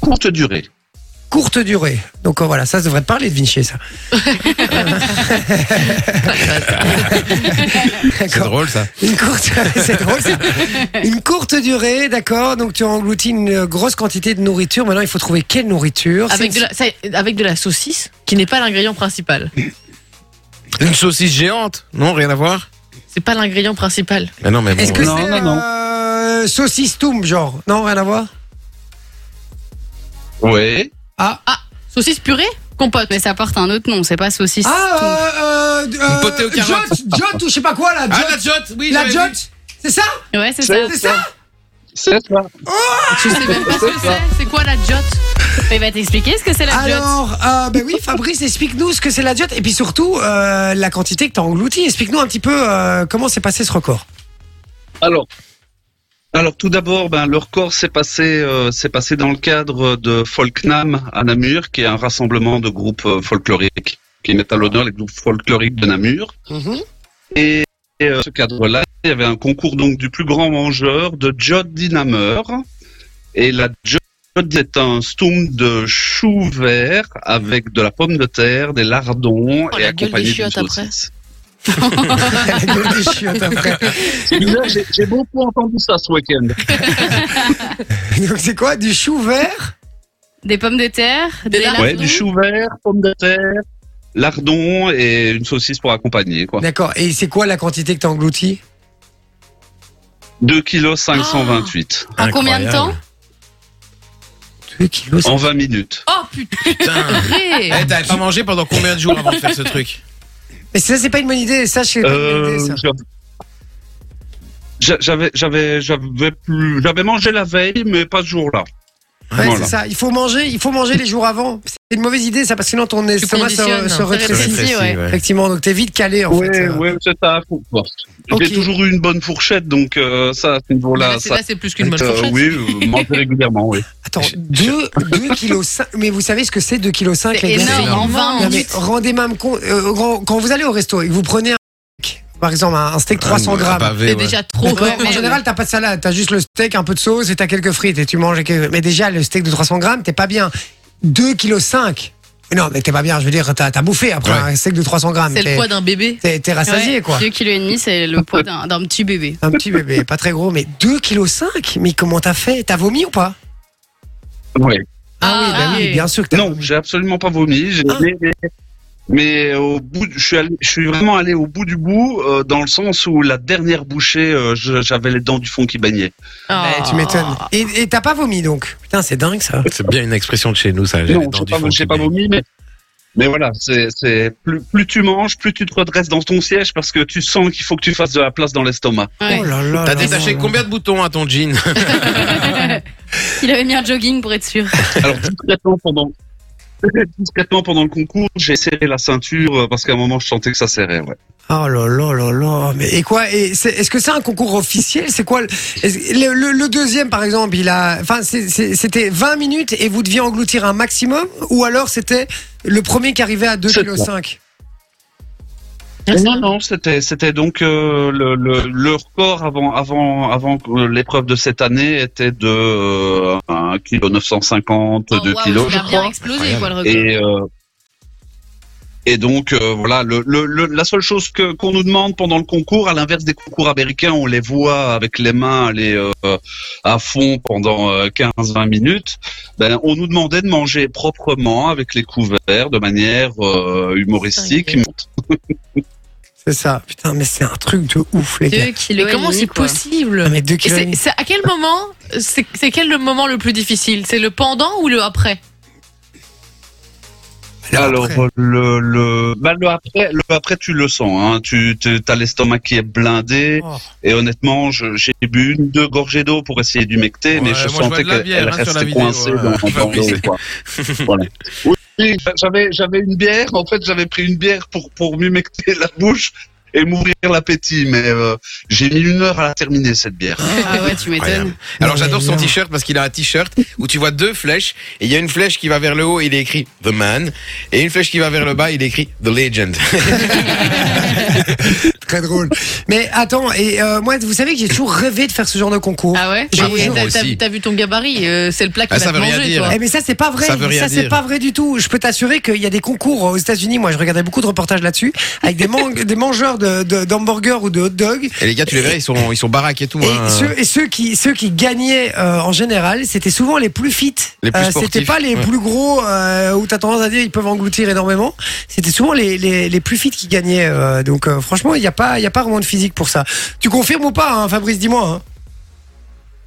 S9: Courte durée.
S1: Courte durée. Donc euh, voilà, ça, ça devrait te parler de Vinci,
S3: [laughs]
S1: ça.
S3: C'est
S1: d'accord.
S3: drôle ça.
S1: Une courte, [laughs] c'est drôle, ça. Une courte durée, d'accord. Donc tu as englouti une grosse quantité de nourriture. Maintenant, il faut trouver quelle nourriture.
S4: avec
S1: C'est-
S4: de, la, ça- avec de la saucisse qui n'est pas l'ingrédient principal.
S3: Une saucisse géante Non, rien à voir
S4: C'est pas l'ingrédient principal.
S3: Mais non, mais bon.
S1: Est-ce que
S9: Non,
S1: c'est
S9: non, non.
S1: euh, saucisse toum, genre Non, rien à voir.
S9: Oui.
S2: Ah,
S4: Saucisse purée Compote.
S2: Mais ça porte un autre nom, c'est pas saucisse.
S1: Ah, euh, euh, euh,
S3: potée aux carottes.
S1: Jot, Jot ou je sais pas quoi là.
S3: Ah,
S1: Jot.
S3: la jotte Oui,
S1: la
S3: j'avais
S1: Jot,
S3: vu.
S1: c'est ça
S2: Ouais, c'est ça.
S9: C'est
S1: ah. C'est ça
S9: C'est ça.
S4: Tu sais même pas ce que c'est. C'est quoi la jotte
S2: Mais il va Eh ben, t'expliquer ce que c'est la jotte.
S1: Alors, euh, ben oui, Fabrice, explique-nous ce que c'est la Jot et puis surtout euh, la quantité que t'as engloutie. Explique-nous un petit peu euh, comment s'est passé ce record.
S9: Alors, alors tout d'abord, ben, le record s'est passé, euh, s'est passé dans le cadre de Folknam à Namur, qui est un rassemblement de groupes euh, folkloriques qui met à l'honneur les groupes folkloriques de Namur.
S4: Mhm.
S9: Et, et, euh, dans ce cadre-là, il y avait un concours donc du plus grand mangeur de Jod Dinameur. Et la Jod est un stoum de chou vert avec de la pomme de terre, des lardons
S4: Oh,
S9: et
S4: la gueule des
S9: accompagné d'une
S4: chiottes après.
S9: saucisse.
S1: La gueule des chiottes après.
S9: Là, j'ai- J'ai beaucoup entendu ça ce week-end.
S1: [laughs] Donc c'est quoi Du chou vert
S2: Des pommes de terre,
S4: Des
S2: des
S4: lardons.
S2: lardons.
S9: Ouais, du chou vert, pommes de terre, lardon et une saucisse pour accompagner, quoi.
S1: D'accord. Et c'est quoi la quantité que t'as engloutie
S9: 2 kg 528
S2: En combien de
S4: [laughs]
S2: temps
S1: 2 kilos.
S9: en 20 minutes.
S4: Oh putain
S1: [laughs]
S3: Putain
S4: purée.
S3: Eh, T'avais pas mangé pendant combien de jours avant de faire ce truc
S1: Mais ça, c'est pas une bonne idée. Ça, c'est pas une bonne
S9: Euh,
S1: idée. Ça.
S9: j'a- j'avais, j'avais, j'avais plus, j'avais mangé la veille, mais pas ce jour-là.
S1: Ouais,
S9: voilà.
S1: c'est ça. Il faut manger. Il faut manger les jours avant. C'est une mauvaise idée, ça, parce que sinon ton estomac se,
S4: conditionnes,
S1: se
S4: ça
S1: rétrécit.
S4: rétrécit.
S3: Ah,
S1: Effectivement. Donc t'es vite calé en
S9: Oui,
S1: fait. euh.
S9: oui, c'est ça. faut- bon.
S1: Ok.
S9: J'ai toujours eu une bonne fourchette, donc euh, ça, à ce niveau-là,
S4: Là, c'est-
S9: ça.
S4: là, c'est plus qu'une bonne
S9: euh,
S4: fourchette.
S9: oui, euh, manger régulièrement, oui.
S1: Attends,
S3: Je-
S1: 2 kilos 5. Mais vous savez ce que c'est 2 kilos 5
S2: C'est énorme, en
S4: énorme.
S2: 20
S1: Non, mais
S2: minutes.
S1: rendez même compte, euh, quand- quand vous allez au resto et que vous prenez un steak, par exemple un un steak 300
S3: Un
S1: grammes.
S3: pavé,
S4: C'est
S3: ouais.
S4: déjà trop.
S1: D'accord,
S4: quand
S1: en
S4: même.
S1: général, t'as pas de salade, t'as juste le steak, un peu de sauce et t'as quelques frites et tu manges. et quelques- Mais déjà, le steak de 300 grammes, t'es pas bien. 2 kilos 5. Non, mais t'es pas bien, je veux dire, t'as t'as bouffé après
S3: Ouais.
S1: un steak de 300 grammes.
S4: C'est le
S1: T'es-
S4: poids d'un bébé.
S1: T'es t'es rassasié, quoi.
S2: 2,5 kg, c'est le poids d'un d'un
S1: [laughs]
S2: petit bébé.
S1: Un petit bébé, pas très gros, mais 2 kilos 5 Mais comment t'as fait T'as vomi ou pas
S9: Ouais.
S1: Ah, oui,
S4: Ah,
S1: bah oui,
S4: oui.
S1: bien sûr que t'as
S9: Non,
S1: vomi.
S9: j'ai absolument pas vomi. j'ai-
S1: Ah.
S9: Mais, mais- mais au bout, de- je suis, allé- je suis vraiment allé au bout du bout, euh, dans le sens où la dernière bouchée, euh, je- j'avais les dents du fond qui baignaient.
S1: Ouais, tu m'étonnes. Et et t'as pas vomi donc Putain, c'est dingue ça.
S3: C'est bien une expression de chez nous, ça. j'ai les
S9: Non,
S3: dents
S9: j'ai
S3: du
S9: pas,
S3: fond
S9: j'ai
S3: qui
S9: pas
S3: baignent.
S9: vomi, mais. Mais voilà, c'est c'est- plus, plus tu manges, plus tu te redresses dans ton siège parce que tu sens qu'il faut que tu fasses de la place dans l'estomac.
S2: Ouais.
S1: Oh là là.
S3: T'as
S1: là
S3: détaché
S1: là là.
S3: combien de boutons à ton jean
S2: [laughs] Il avait mis un jogging pour être sûr.
S3: [laughs]
S9: Alors discrètement pendant [laughs] discrètement pendant le concours, j'ai serré la ceinture euh, parce qu'à un moment je sentais que ça serrait. Ouais.
S1: Oh là là là là. Mais et quoi et c'est- Est-ce que c'est un concours officiel C'est quoi le, est-ce- le, le- le deuxième par exemple Il a, enfin, c'est- c'est- c'était 20 minutes et vous deviez engloutir un maximum, ou alors c'était le premier qui arrivait à 2,5 kg.
S9: Non, non, c'était c'était donc euh, le, le, le record avant avant avant que l'épreuve de cette année était de euh, 1 kg 950,
S2: Oh,
S9: 2
S2: waouh,
S9: kilos,
S2: il
S9: je
S2: a bien
S9: crois.
S2: explosé, quoi, le record.
S9: Et euh, et donc euh, voilà, le, le, le- la seule chose que qu'on nous demande pendant le concours, à l'inverse des concours américains, on les voit avec les mains aller euh, à fond pendant 15-20 minutes. Ben, on nous demandait de manger proprement avec les couverts, de manière euh, humoristique.
S1: C'est ça. Putain, mais c'est un truc de ouf les gars.
S2: 2 kg.
S4: Mais comment c'est
S1: Ah,
S4: possible
S1: mais 2
S4: Et
S1: kilos. et
S4: c'est
S1: demi.
S4: c'est à quel moment C'est c'est quel le moment le plus difficile C'est le pendant ou le après
S1: Là,
S9: Alors
S1: après.
S9: euh, le le bah, le après le après tu le sens hein tu tu- t'as l'estomac qui est blindé
S1: Oh.
S9: et honnêtement je- j'ai bu une deux gorgées d'eau pour essayer d'humecter
S3: Ouais,
S9: mais
S3: moi, je
S9: je
S3: vois
S9: sentais
S3: de la
S9: qu'elle
S3: bière,
S9: elle
S3: hein, sur la
S9: restait
S3: vidéo, bah
S9: coincée
S3: voilà.
S9: dans
S3: [laughs] Qui va
S9: dans l'eau
S3: glisser.
S9: quoi. Voilà. Oui, j'avais j'avais une bière en fait j'avais pris une bière pour pour m'humecter la bouche et mourir l'appétit mais euh, j'ai mis une heure à la terminer cette bière.
S2: Ah ouais, tu m'étonnes.
S3: Incroyable. Alors
S1: Mais
S3: j'adore son
S1: non.
S3: t-shirt parce qu'il a un t-shirt où tu vois deux flèches et il y a une flèche qui va vers le haut, il est écrit The Man et une flèche qui va vers le bas, il est écrit The Legend.
S1: Très drôle. Mais attends, et euh, moi, vous savez que j'ai toujours rêvé de faire ce genre de concours.
S4: Ah ouais
S1: J'ai
S4: Mais
S1: raison
S4: t'as-
S3: aussi.
S4: t'as- T'as vu ton gabarit, euh, c'est le plat qui
S3: Ah,
S4: va
S3: ça
S4: te
S3: veut rien
S4: manger,
S3: dire.
S4: toi.
S1: Eh mais ça c'est pas vrai.
S3: Ça veut rien
S1: c'est
S3: dire.
S1: pas vrai du tout. Je peux t'assurer qu'il y a des concours aux États-Unis. Moi, je regardais beaucoup de reportages là-dessus avec des, man- [laughs] des mangeurs de- de- d'hamburgers ou de hot dogs.
S3: Et les gars, tu les verras, ils sont ils sont baraques et tout.
S1: Et,
S3: hein.
S1: ceux, et ceux qui ceux qui gagnaient euh, en général, c'était souvent les plus fit. Euh,
S3: Les plus sportifs,
S1: c'était pas les
S3: ouais.
S1: plus gros euh, où t'as tendance à dire ils peuvent engloutir énormément. C'était souvent les, les, les plus fit qui gagnaient. euh, donc euh, franchement, il y a pas il y a pas vraiment de physique pour ça. Tu confirmes ou pas, hein, Fabrice Dis-moi. hein.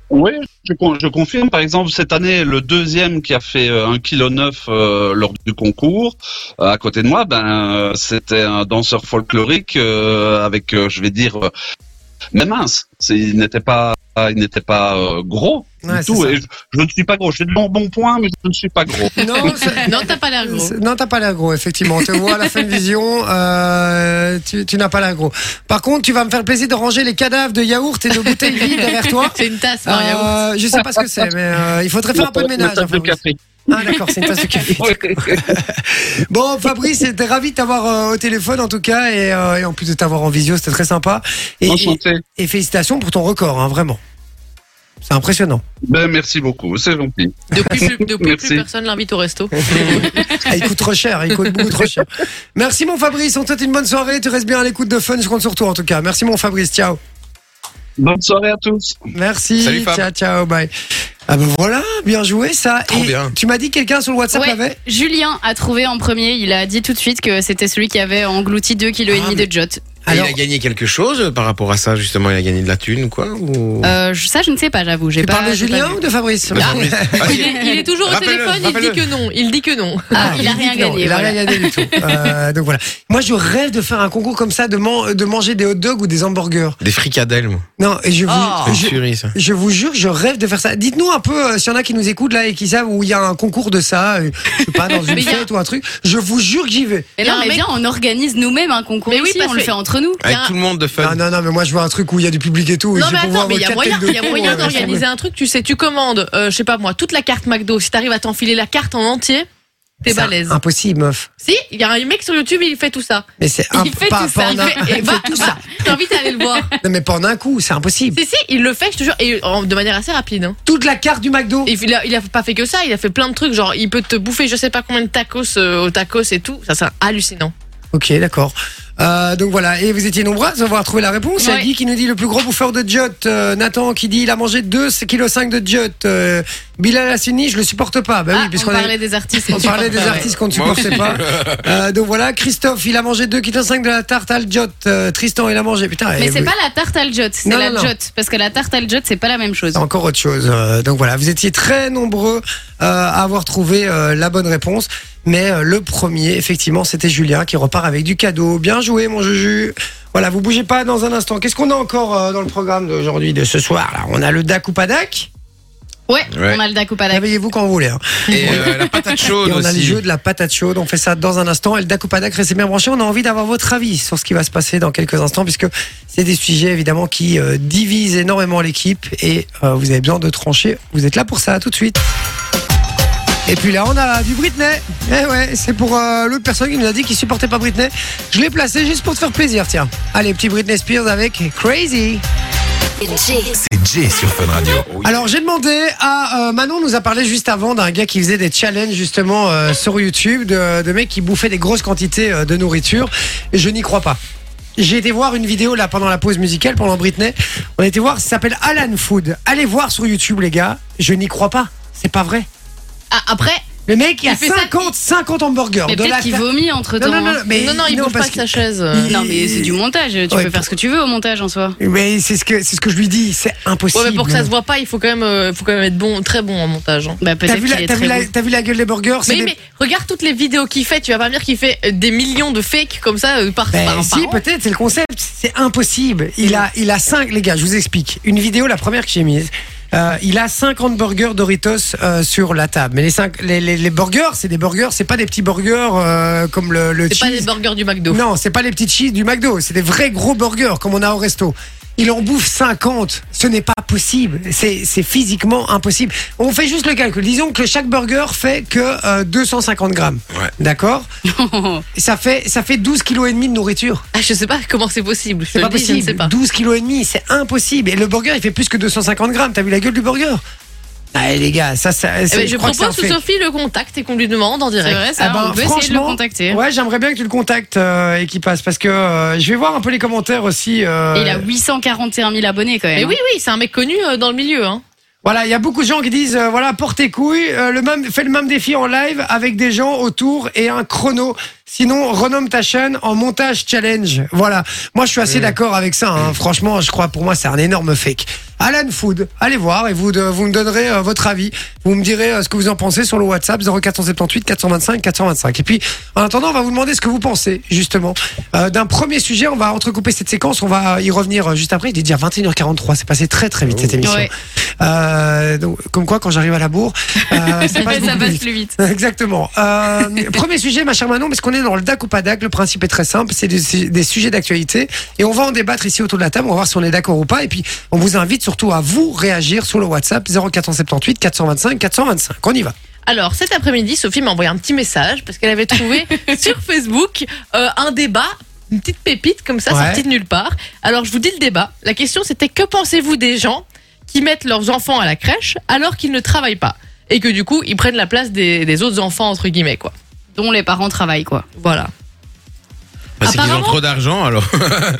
S9: Oui, je, con- je confirme. Par exemple, cette année, le deuxième qui a fait euh, 1,9 kg euh, lors du concours, euh, à côté de moi, ben, euh, c'était un danseur folklorique euh, avec, euh, je vais dire, euh, mais mince. C'est- Il n'était pas, il n'était pas euh, gros
S1: Ouais,
S9: du
S1: c'est
S9: tout.
S1: ça.
S9: Et je, je ne suis pas gros. J'ai de bons bons points, mais je ne suis
S1: [laughs]
S9: pas gros.
S1: Non, ça-
S4: Non, t'as pas l'air gros.
S1: C'est- Non, t'as pas l'air gros, effectivement. On te voit à la fin de vision, euh, tu, tu n'as pas l'air gros. Par contre, tu vas me faire plaisir de ranger les cadavres de yaourt et de bouteilles vides derrière toi.
S4: C'est une tasse, non, yaourt.
S1: Euh, je sais pas ce que c'est, mais euh, il faudrait faire un peu de ménage. hein,
S9: Tasse de
S1: Fabrice.
S9: café.
S1: Ah d'accord, c'est une tasse de
S9: [laughs]
S1: café. Bon, Fabrice, j'étais ravi de t'avoir euh, au téléphone en tout cas, et, euh, et en plus de t'avoir en visio, c'était très sympa. Et, et,
S9: [laughs] Enchanté.
S1: et félicitations pour ton record, hein, vraiment. C'est impressionnant.
S9: Ben, merci beaucoup. C'est gentil.
S4: Depuis, plus, depuis plus
S9: Merci.
S4: personne l'invite au resto.
S1: Ah, il coûte trop cher, il coûte beaucoup trop cher. Merci mon Fabrice, on te souhaite une bonne soirée, tu restes bien à l'écoute de Fun, je compte sur toi en tout cas. Merci mon Fabrice, ciao.
S9: Bonne soirée à tous.
S1: Merci,
S3: Salut, Fab.
S1: ciao, ciao, bye. Ah ben voilà, bien joué ça.
S3: Trop
S1: Et
S3: bien.
S1: Tu m'as dit que quelqu'un sur le WhatsApp
S2: Ouais.
S1: l'avait
S2: Julien a trouvé en premier, il a dit tout de suite que c'était celui qui avait englouti 2,5 kg
S1: Ah, mais-
S2: de jot.
S3: Et
S1: Alors,
S3: il a gagné quelque chose par rapport à ça justement, il a gagné de la thune ou quoi ou...
S2: Euh, je- ça, je ne sais pas, j'avoue. J'ai
S1: tu
S2: pas,
S1: parles de
S2: j'ai pas
S1: Julien
S2: vu.
S1: ou de Fabrice
S3: Fabrice. Ah,
S4: Il
S3: si.
S4: est, il est toujours au
S3: Rappelle-le,
S4: téléphone, il
S3: rappelle-le.
S4: dit que non. Il dit que non.
S2: Ah, il a
S1: dit
S2: rien
S1: que non,
S2: gagné.
S1: Il a
S2: voilà.
S1: rien gagné
S2: [laughs]
S1: du tout. Euh, donc voilà. Moi, je rêve de faire un concours comme ça, de, man- de manger des hot dogs ou des hamburgers.
S3: Des fricadelles, moi.
S1: Non, et je vous,
S4: Oh.
S3: Une
S1: je,
S3: tuerie, ça.
S1: je vous jure, je rêve de faire ça. Dites-nous un peu euh, s'il y en a qui nous écoutent là et qui savent où il y a un concours de ça, euh, je sais pas,
S4: [laughs]
S1: dans une
S4: Mais y a-
S1: fête ou un truc. Je vous jure que j'y vais.
S2: Et
S4: Il y a
S2: non,
S4: un
S2: mais
S4: mec-
S2: bien, on organise nous-mêmes un concours.
S4: Mais oui,
S2: ici,
S4: parce
S2: on le
S4: que-
S2: fait entre nous.
S3: Avec
S4: y a un-
S3: tout le monde de fun.
S1: Non, non, non, mais moi je veux un truc où il y a du public et tout. et
S4: Non
S1: je
S4: mais
S1: vais pouvoir
S4: attends, mais
S1: me
S4: il y a
S1: capter
S4: moyen,
S1: de
S4: il y a
S1: tout,
S4: moyen
S1: euh,
S4: d'organiser un truc. Tu sais, tu commandes, euh, je sais pas moi, toute la carte McDo. Si t'arrives à t'enfiler la carte en entier, t'es
S1: C'est
S4: balèze.
S1: Impossible, meuf.
S4: Si, il y a un mec sur YouTube, il fait tout ça.
S1: Mais c'est
S4: Il
S1: un
S4: fait
S1: pas,
S4: tout
S1: pas
S4: ça.
S1: en
S4: Il
S1: [laughs] un-
S4: fait, et va, tout ça. [laughs] Je t'invite à aller le voir.
S1: Non, mais pas en un coup, c'est impossible.
S4: si si, il le fait, je te jure, et en- de manière assez rapide. hein.
S1: Toute la carte du McDo.
S4: Et Il, a, il a pas fait que ça, il a fait plein de trucs. Genre, il peut te bouffer, je sais pas combien de tacos euh, aux tacos et tout. Ça, c'est hallucinant.
S1: Ok, d'accord. Euh, donc voilà, et vous étiez nombreux à avoir trouvé la réponse. Il y a
S2: Ouais.
S1: Guy qui nous dit le plus gros bouffeur de jot. euh, Nathan qui dit il a mangé 2,5 kg de jot. Euh, Bilal Hassini, je le supporte pas. Bah
S2: Ah,
S1: oui,
S2: on
S1: puisqu'on est-
S2: parlait des artistes.
S1: On parlait des
S2: Ouais.
S1: artistes qu'on ne
S3: Moi
S1: supportait
S3: aussi. [laughs]
S1: pas. Euh, donc voilà, Christophe, il a mangé 2,5 kg de la tarte al jot. Euh, Tristan, il a mangé. Putain,
S2: Mais
S1: eh,
S2: c'est
S1: oui.
S2: pas la tarte al jot, c'est
S1: Non,
S2: la
S1: non, non.
S2: jot. Parce que la tarte al jot, c'est pas la même chose.
S1: C'est encore autre chose. Euh, donc voilà, vous étiez très nombreux euh, à avoir trouvé euh, la bonne réponse. Mais euh, le premier, effectivement, c'était Julien qui repart avec du cadeau. Bien joué, mon Juju. Voilà, vous bougez pas dans un instant. Qu'est-ce qu'on a encore euh, dans le programme d'aujourd'hui, de ce soir là On a le Dak ou pas Dak
S2: Ouais,
S3: Ouais.
S2: on a le dac ou pas dac.
S1: Réveillez-vous quand vous voulez. hein.
S3: Et euh, la
S1: [laughs]
S3: patate chaude
S1: Et on a les
S3: aussi.
S1: jeux de la patate chaude. On fait ça dans un instant. Et le Dak ou pas Dak, restez bien branchés. On a envie d'avoir votre avis sur ce qui va se passer dans quelques instants, puisque c'est des sujets évidemment qui euh, divisent énormément l'équipe. Et euh, vous avez besoin de trancher. Vous êtes là pour ça. À tout de suite. Et puis là, on a du Britney. Eh ouais, c'est pour euh, l'autre personne qui nous a dit qu'il supportait pas Britney. Je l'ai placé juste pour te faire plaisir, tiens. Allez, petit Britney Spears avec Crazy.
S8: Jay,
S7: C'est Jay sur Fun Radio.
S1: Alors j'ai demandé à euh, Manon nous a parlé juste avant d'un gars qui faisait des challenges justement euh, sur YouTube de, de mecs qui bouffaient des grosses quantités euh, de nourriture et je n'y crois pas. J'ai été voir une vidéo là pendant la pause musicale pendant Britney. On a été voir, ça s'appelle Alan Food. Allez voir sur YouTube les gars, je n'y crois pas, c'est pas vrai.
S4: Ah, après,
S1: Le mec, il y a
S4: Il fait ça-
S1: 50, 50 hamburgers.
S2: Mais
S1: dans la
S2: peut-être qu'il
S1: ta-
S2: vomit entre temps.
S1: Non, non, non, mais
S4: non, non, il
S1: non,
S4: bouge pas
S1: parce
S4: avec sa chaise. euh.
S1: il-
S2: Non, mais c'est du montage. Tu
S1: Ouais,
S2: peux faire ce que tu veux au montage en soi.
S1: Mais c'est ce que c'est ce que je lui dis, c'est
S4: Ouais,
S1: impossible.
S4: mais pour que ça se voit pas, il faut quand même, euh, faut quand même être bon, très bon en montage. hein.
S2: Bah,
S1: T'as
S2: peut-être
S1: vu,
S2: qu'il
S1: la,
S2: est
S1: t'as vu
S2: très
S1: la-
S2: bon.
S1: t'as vu la gueule des burgers c'est
S4: Mais,
S1: des-
S4: mais regarde toutes les vidéos qu'il fait, tu vas pas me dire qu'il fait euh, des millions de fakes comme ça euh, par,
S1: Ben,
S4: par, par
S1: si,
S4: an.
S1: peut-être, c'est le concept. C'est impossible. Il a, il a 5, les gars, je vous explique. Une vidéo, la première que j'ai mise. euh, il a 50 burgers Doritos euh, sur la table. Mais les, cinq, les, les, les burgers, c'est des burgers, c'est pas des petits burgers euh, comme le, le
S4: C'est pas des
S1: cheese.
S4: burgers du McDo.
S1: non, c'est pas les petits cheese du McDo, c'est des vrais gros burgers comme on a au resto. Il en bouffe 50, ce n'est pas possible, c'est c'est physiquement impossible. On fait juste le calcul, disons que chaque burger fait que euh, 250 grammes,
S3: Ouais.
S1: d'accord Et Ça fait, ça fait 12 kilos et demi de nourriture.
S4: Ah, je sais pas comment c'est possible. Je te
S2: Euh,
S1: C'est pas
S4: le dis, je ne
S1: possible.
S4: sais pas.
S1: 12 kilos et demi, c'est impossible. Et le burger, il fait plus que 250 grammes. T'as vu la gueule du burger Allez les gars, ça, ça
S4: Eh
S1: c'est-
S4: ben, je
S1: crois que c'est un
S4: propose que
S1: fait.
S4: Sophie le contacte et qu'on lui demande
S2: [laughs]
S4: en
S2: C'est
S4: direct.
S2: vrai,
S1: Ah
S2: ça.
S1: ben,
S2: on peut essayer de le
S1: franchement,
S2: contacter.
S1: Ouais, j'aimerais bien que tu le contactes euh, et qu'il passe parce que euh, je vais voir un peu les commentaires aussi. euh,
S2: Et Il a 841 000 abonnés quand même.
S4: Mais oui, oui, c'est un mec connu euh, dans le milieu. Hein.
S1: Voilà, il y a beaucoup de gens qui disent euh, voilà, porte tes couilles, euh, le même, fais le même défi en live avec des gens autour et un chrono. Sinon, renomme ta chaîne en montage challenge. Voilà. Moi, je suis assez d'accord avec ça. hein. Franchement, je crois pour moi, c'est un énorme fake. Alan Food, allez voir et vous, de- vous me donnerez euh, votre avis. Vous me direz euh, ce que vous en pensez sur le WhatsApp 0478 425 425. Et puis, en attendant, on va vous demander ce que vous pensez, justement, euh, d'un premier sujet. On va entrecouper cette séquence. On va y revenir euh, juste après. Il est déjà 21h43. C'est passé très, très vite cette émission.
S2: Ouais.
S1: Euh, donc, comme quoi, quand j'arrive à la bourre,
S2: [laughs]
S1: euh, [laughs] ça passe beaucoup
S2: ça
S1: plus
S2: passe
S1: vite.
S2: plus vite.
S1: Exactement. Euh, premier sujet, ma chère Manon, parce qu'on est dans le DAC ou pas DAC, le principe est très simple, c'est des, des sujets d'actualité, et on va en débattre ici autour de la table, on va voir si on est d'accord ou pas, et puis on vous invite surtout à vous réagir sur le WhatsApp 0478 425 425. On y va.
S4: Alors, cet après-midi, Sophie m'a envoyé un petit message parce qu'elle
S1: [laughs]
S4: avait trouvé sur Facebook euh, un débat, une petite pépite comme ça,
S1: Ouais.
S4: sortie de nulle part. Alors, je vous dis le débat. La question, c'était que pensez-vous des gens qui mettent leurs enfants à la crèche alors qu'ils ne travaillent pas et que du coup, ils prennent la place des, des autres enfants, entre guillemets, quoi.
S2: Dont les parents travaillent quoi.
S4: Voilà.
S3: Bah, c'est qu'ils ont
S4: Apparemment-
S3: trop
S1: [laughs]
S3: d'argent alors.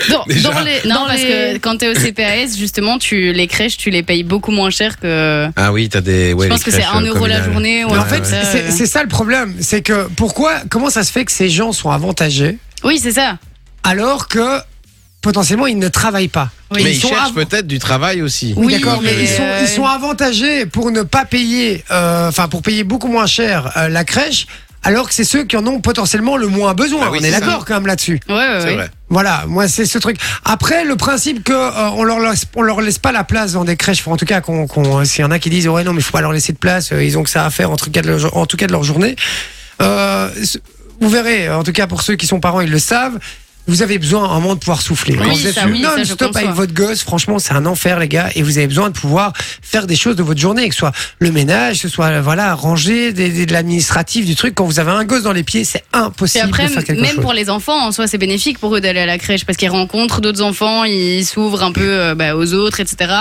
S4: Dans,
S3: Déjà.
S4: dans les,
S2: Non,
S4: dans
S2: parce
S4: les-
S2: que quand t'es au CPAS, justement, tu, les crèches, tu les payes beaucoup moins cher que.
S3: Ah oui, t'as des. Ouais,
S2: je
S3: les
S2: pense que c'est
S3: crèches,
S2: 1
S3: euh,
S2: euro la
S3: communales.
S2: journée.
S1: Mais
S2: ouais,
S1: en fait,
S2: comme ça,
S1: c'est
S2: euh.
S1: c'est ça le problème, c'est que pourquoi, comment ça se fait que ces gens sont avantagés
S2: Oui, c'est ça.
S1: alors que potentiellement ils ne travaillent pas
S2: Oui,
S3: mais
S1: ils
S3: ils
S1: sont
S3: cherchent
S1: av-
S3: peut-être du travail aussi.
S1: Oui,
S2: Oui,
S1: d'accord, mais,
S2: mais
S1: ils, sont,
S2: euh,
S1: ils sont avantagés pour ne pas payer, euh, enfin pour payer beaucoup moins cher euh, la crèche, alors que c'est ceux qui en ont potentiellement le moins besoin.
S3: Ah oui,
S1: On est
S3: c'est ça.
S1: d'accord quand même là-dessus.
S2: Ouais, ouais,
S3: C'est
S2: ouais.
S3: vrai.
S1: Voilà, moi c'est ce truc. Après, le principe que euh, on leur laisse, on leur laisse pas la place dans des crèches, enfin, en tout cas, qu'on, qu'on- euh, s'il y en a qui disent ouais non mais faut pas leur laisser de place, euh, ils ont que ça à faire en tout cas de leur, jo- en tout cas de leur journée. Euh, c- vous verrez, en tout cas pour ceux qui sont parents, ils le savent. Vous avez besoin un moment de pouvoir souffler.
S2: Oui,
S1: Quand vous êtes
S2: ça, oui, ça, je
S1: non-stop
S2: conçois.
S1: avec votre gosse, franchement, c'est un enfer, les gars. Et vous avez besoin de pouvoir faire des choses de votre journée, que ce soit le ménage, que ce soit voilà ranger, des, des- de l'administratif, du truc. Quand vous avez un gosse dans les pieds, c'est
S2: Et
S1: impossible
S2: après,
S1: de faire quelque
S2: même
S1: chose.
S2: pour les enfants, en soi, c'est bénéfique pour eux d'aller à la crèche parce qu'ils rencontrent d'autres enfants, ils s'ouvrent un peu euh, bah, aux autres, etc.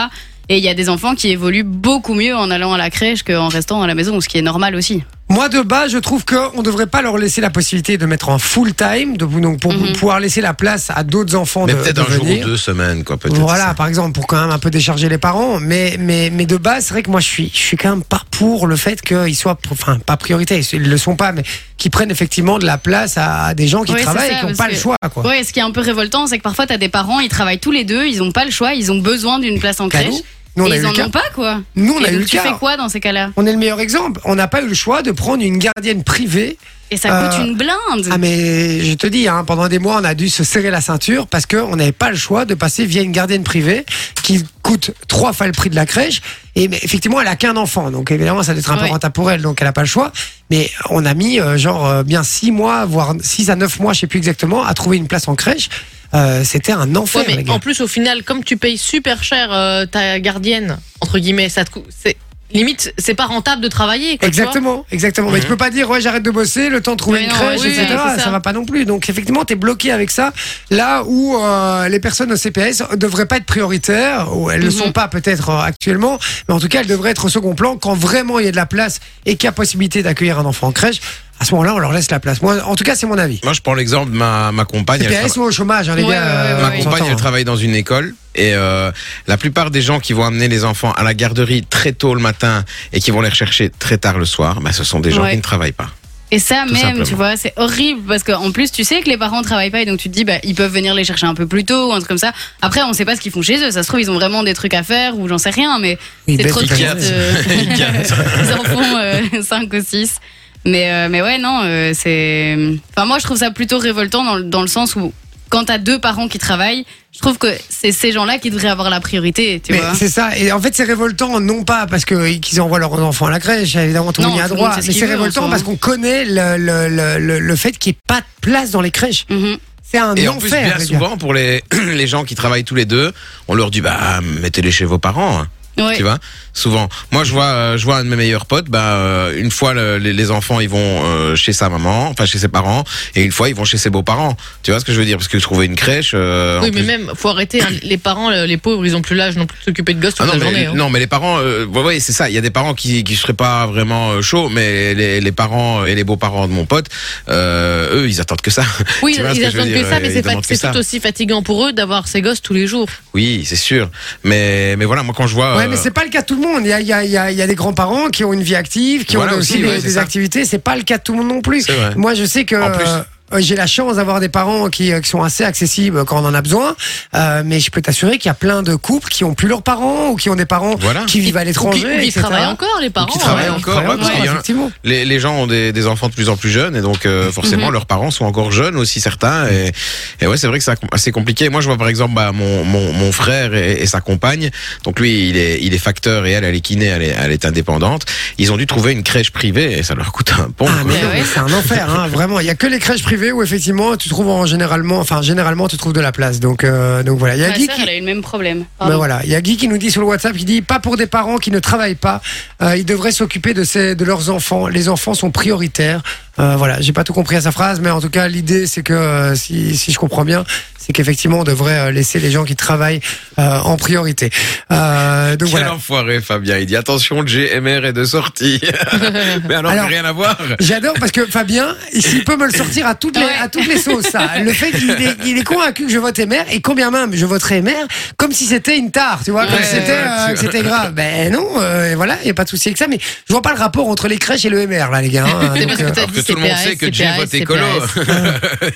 S2: Et il y a des enfants qui évoluent beaucoup mieux en allant à la crèche qu'en restant à la maison, ce qui est normal aussi.
S1: Moi, de bas, je trouve qu'on ne devrait pas leur laisser la possibilité de mettre en full time, de, donc pour
S2: Mhm.
S1: pouvoir laisser la place à d'autres enfants
S3: Mais
S1: de,
S3: peut-être
S1: de
S3: un jour ou
S1: venir.
S3: deux semaines, quoi, peut-être.
S1: Voilà,
S3: ça.
S1: par exemple, pour quand même un peu décharger les parents. Mais, mais, mais de base, c'est vrai que moi, je suis, je suis quand même pas pour le fait qu'ils soient, enfin, pas prioritaires, ils le sont pas, mais qu'ils prennent effectivement de la place à, à des gens qui
S2: Ouais, c'est
S1: travaillent
S2: ça,
S1: et qui n'ont
S2: parce
S1: pas le
S2: que-
S1: choix, quoi.
S2: Ouais, ce qui est un peu révoltant, c'est que parfois, t'as des parents, ils travaillent tous les deux, ils n'ont pas le choix, ils ont besoin d'une place en
S1: Bah,
S2: crèche.
S1: Nous, nous, on
S2: et
S1: a eu
S2: ils
S1: le
S2: en
S1: cas.
S2: ont pas, quoi.
S1: Nous, on a
S2: et
S1: eu
S2: donc,
S1: le
S2: tu fais
S1: cas.
S2: quoi dans ces cas-là
S1: On est le meilleur exemple. On n'a pas eu le choix de prendre une gardienne privée
S2: Et ça coûte
S1: Euh,
S2: une blinde.
S1: Ah mais je te dis, hein, pendant des mois, on a dû se serrer la ceinture parce qu'on n'avait pas le choix de passer via une gardienne privée qui coûte trois fois le prix de la crèche. Et mais, effectivement, elle a qu'un enfant, donc évidemment, ça doit être un peu
S2: Ouais.
S1: rentable pour elle, donc elle n'a pas le choix. Mais on a mis euh, genre euh, bien six mois, voire six à neuf mois, je sais plus exactement, à trouver une place en crèche. Euh, C'était un enfer,
S4: Ouais,
S1: les
S4: mais
S1: gars.
S4: en plus, au final, comme tu payes super cher euh, ta gardienne, entre guillemets, ça te coûte. c'est- Limite, c'est pas rentable de travailler, quoi. tu vois.
S1: Exactement, exactement. Mais tu peux pas dire, ouais, j'arrête de bosser, le temps de trouver
S2: Mhm. Mais
S1: une
S2: non,
S1: crèche,
S2: oui,
S1: etc.
S2: ouais, c'est
S1: Ça.
S2: ça.
S1: va pas non plus. Donc, effectivement, t'es bloqué avec ça. Là où euh, les personnes au CPS devraient pas être prioritaires, ou elles ne le
S2: Mhm.
S1: sont pas peut-être euh, actuellement, mais en tout cas, elles devraient être au second plan quand vraiment il y a de la place et qu'il y a possibilité d'accueillir un enfant en crèche. à ce moment-là, on leur laisse la place. Moi, en tout cas, c'est mon avis.
S3: Moi, je prends l'exemple de ma, ma compagne. elle
S1: CPS
S3: trava-
S1: ou au chômage, hein, les
S2: Ouais,
S1: gars.
S2: ouais,
S1: euh,
S2: ouais,
S3: Ma
S1: on
S2: ouais.
S3: compagne,
S1: s'entend,
S3: elle
S1: hein.
S3: travaille dans une école et euh, la plupart des gens qui vont amener les enfants à la garderie très tôt le matin et qui vont les rechercher très tard le soir, bah, ce sont des gens
S2: Ouais.
S3: qui ne travaillent pas.
S2: Et ça
S3: Tout
S2: même,
S3: simplement.
S2: tu vois, c'est horrible parce qu'en plus, tu sais que les parents travaillent pas et donc tu te dis, bah, ils peuvent venir les chercher un peu plus tôt ou un truc comme ça. Après, on sait pas ce qu'ils font chez eux. Ça se trouve, ils ont vraiment des trucs à faire ou j'en sais rien, mais
S1: Ils
S2: c'est
S1: bêtent,
S2: trop
S1: ils
S2: triste.
S3: gâtent.
S2: euh,
S3: [laughs]
S2: [laughs]
S3: Ils gâtent.
S2: ils en font 5 ou 6. Mais, euh, mais ouais, non, euh, c'est. Enfin, moi, je trouve ça plutôt révoltant dans, le- dans le sens où, quand t'as deux parents qui travaillent, je trouve que c'est ces gens-là qui devraient avoir la priorité, tu
S1: Mais
S2: vois.
S1: c'est ça. Et en fait, c'est révoltant, non pas parce que qu'ils envoient leurs enfants à la crèche, évidemment, tout le
S2: Non,
S1: monde y a
S2: tout le
S1: droit,
S2: monde sait ce
S1: mais
S2: qu'il
S1: c'est
S2: veut, en
S1: révoltant
S2: soi.
S1: parce qu'on connaît le, le, le, le, le fait qu'il n'y ait pas de place dans les crèches.
S2: Mhm.
S1: C'est un
S3: Et en plus,
S1: enfer.
S3: bien
S1: les gars.
S3: souvent, pour les, [clears throat] les gens qui travaillent tous les deux, on leur dit, bah, mettez-les chez vos parents. hein.
S2: Ouais.
S3: tu vois souvent moi je vois euh, je vois un de mes meilleurs potes bah euh, une fois le- les, les enfants ils vont euh, chez sa maman enfin chez ses parents et une fois ils vont chez ses beaux-parents tu vois ce que je veux dire parce que trouver une crèche euh, en
S4: Oui, mais
S3: plus-
S4: même, faut arrêter. hein, les parents, euh, les pauvres, ils ont plus l'âge non plus de s'occuper de gosses toute
S3: Ah non,
S4: la
S3: mais,
S4: journée. hein.
S3: non mais les parents euh, ouais, ouais, c'est ça il y a des parents qui qui seraient pas vraiment euh, chauds mais les, les parents euh, et les beaux-parents de mon pote euh, eux ils attendent que ça [laughs]
S4: Oui,
S3: tu vois ce
S4: ils
S3: que je veux
S4: attendent que
S3: dire, euh,
S4: ça, mais
S3: ils
S4: c'est fa-
S3: demandent que
S4: c'est
S3: ça.
S4: tout aussi fatigant pour eux d'avoir ces gosses tous les jours.
S3: oui c'est sûr mais mais voilà moi quand je vois
S1: Ouais,
S3: euh,
S1: mais c'est pas le cas de tout le monde. Il y a, il y a- il y a- il y a des grands-parents qui ont une vie active, qui
S3: Voilà
S1: ont aussi,
S3: aussi,
S1: des,
S3: ouais, c'est
S1: des
S3: ça.
S1: activités. C'est pas le cas de tout le monde non plus.
S3: C'est vrai.
S1: Moi, je sais que
S3: En plus-
S1: euh, euh, j'ai la chance d'avoir des parents qui, euh, qui sont assez accessibles quand on en a besoin. Euh, mais je peux t'assurer qu'il y a plein de couples qui ont plus leurs parents ou qui ont des parents
S3: Voilà.
S1: qui vivent à
S4: Ou qui-
S1: l'étranger.
S4: ou qui
S1: etc.
S4: travaillent encore, les parents. hein.
S3: qui travaillent
S4: ouais.
S1: hein. Ils
S3: encore,
S1: travaillent
S3: ouais, parce qu'il y en a-
S1: effectivement.
S3: les, les gens ont des, des enfants de plus en plus jeunes et donc euh,
S1: Mhm.
S3: forcément leurs parents sont encore jeunes aussi certains et, et ouais c'est vrai que c'est assez compliqué. Moi je vois par exemple bah, mon, mon, mon frère et, et sa compagne donc lui il est, il est facteur et elle elle est kiné elle est, elle est indépendante. Ils ont dû trouver une crèche privée et ça leur coûte un pont.
S1: Ah
S3: quoi.
S1: mais non,
S2: ouais.
S1: mais c'est un enfer,
S3: [laughs]
S1: hein, vraiment. Il y a que les crèches privées où effectivement tu trouves en généralement, enfin généralement tu trouves de la place. Donc euh, donc voilà. Il y a
S2: Ma
S1: Guy
S2: sœur,
S1: qui-
S2: elle a eu le même problème.
S1: Ben
S2: Pardon.
S1: voilà, il y a Guy qui nous dit sur le WhatsApp qui dit pas pour des parents qui ne travaillent pas, euh, ils devraient s'occuper de ces de leurs enfants. Les enfants sont prioritaires. Euh, voilà, j'ai pas tout compris à sa phrase, mais en tout cas l'idée c'est que euh, si si je comprends bien, c'est qu'effectivement on devrait euh, laisser les gens qui travaillent euh, en priorité. Euh, donc
S3: Quel
S1: voilà.
S3: enfoiré Fabien il dit attention le GMR est de sortie. [laughs] mais alors,
S1: Alors-
S3: rien à voir.
S1: J'adore parce que Fabien, s'il peut me le sortir à toutes les,
S2: Ouais.
S1: à toutes les sauces, ça. Le fait qu'il est, il est convaincu que je vote MR et combien même je voterai MR comme si c'était une tare, tu vois, comme
S3: Ouais,
S1: si c'était, euh,
S3: ouais,
S1: que c'était grave. Ben non, euh, et voilà, il n'y a pas de souci avec ça, mais je vois pas le rapport entre les crèches et le MR, là, les gars. hein.
S4: C'est
S1: Donc,
S4: parce que
S1: euh,
S4: t'as
S3: alors
S4: dit
S3: que tout le monde
S4: CPAS,
S3: sait que Jay vote écolo.
S4: CPAS.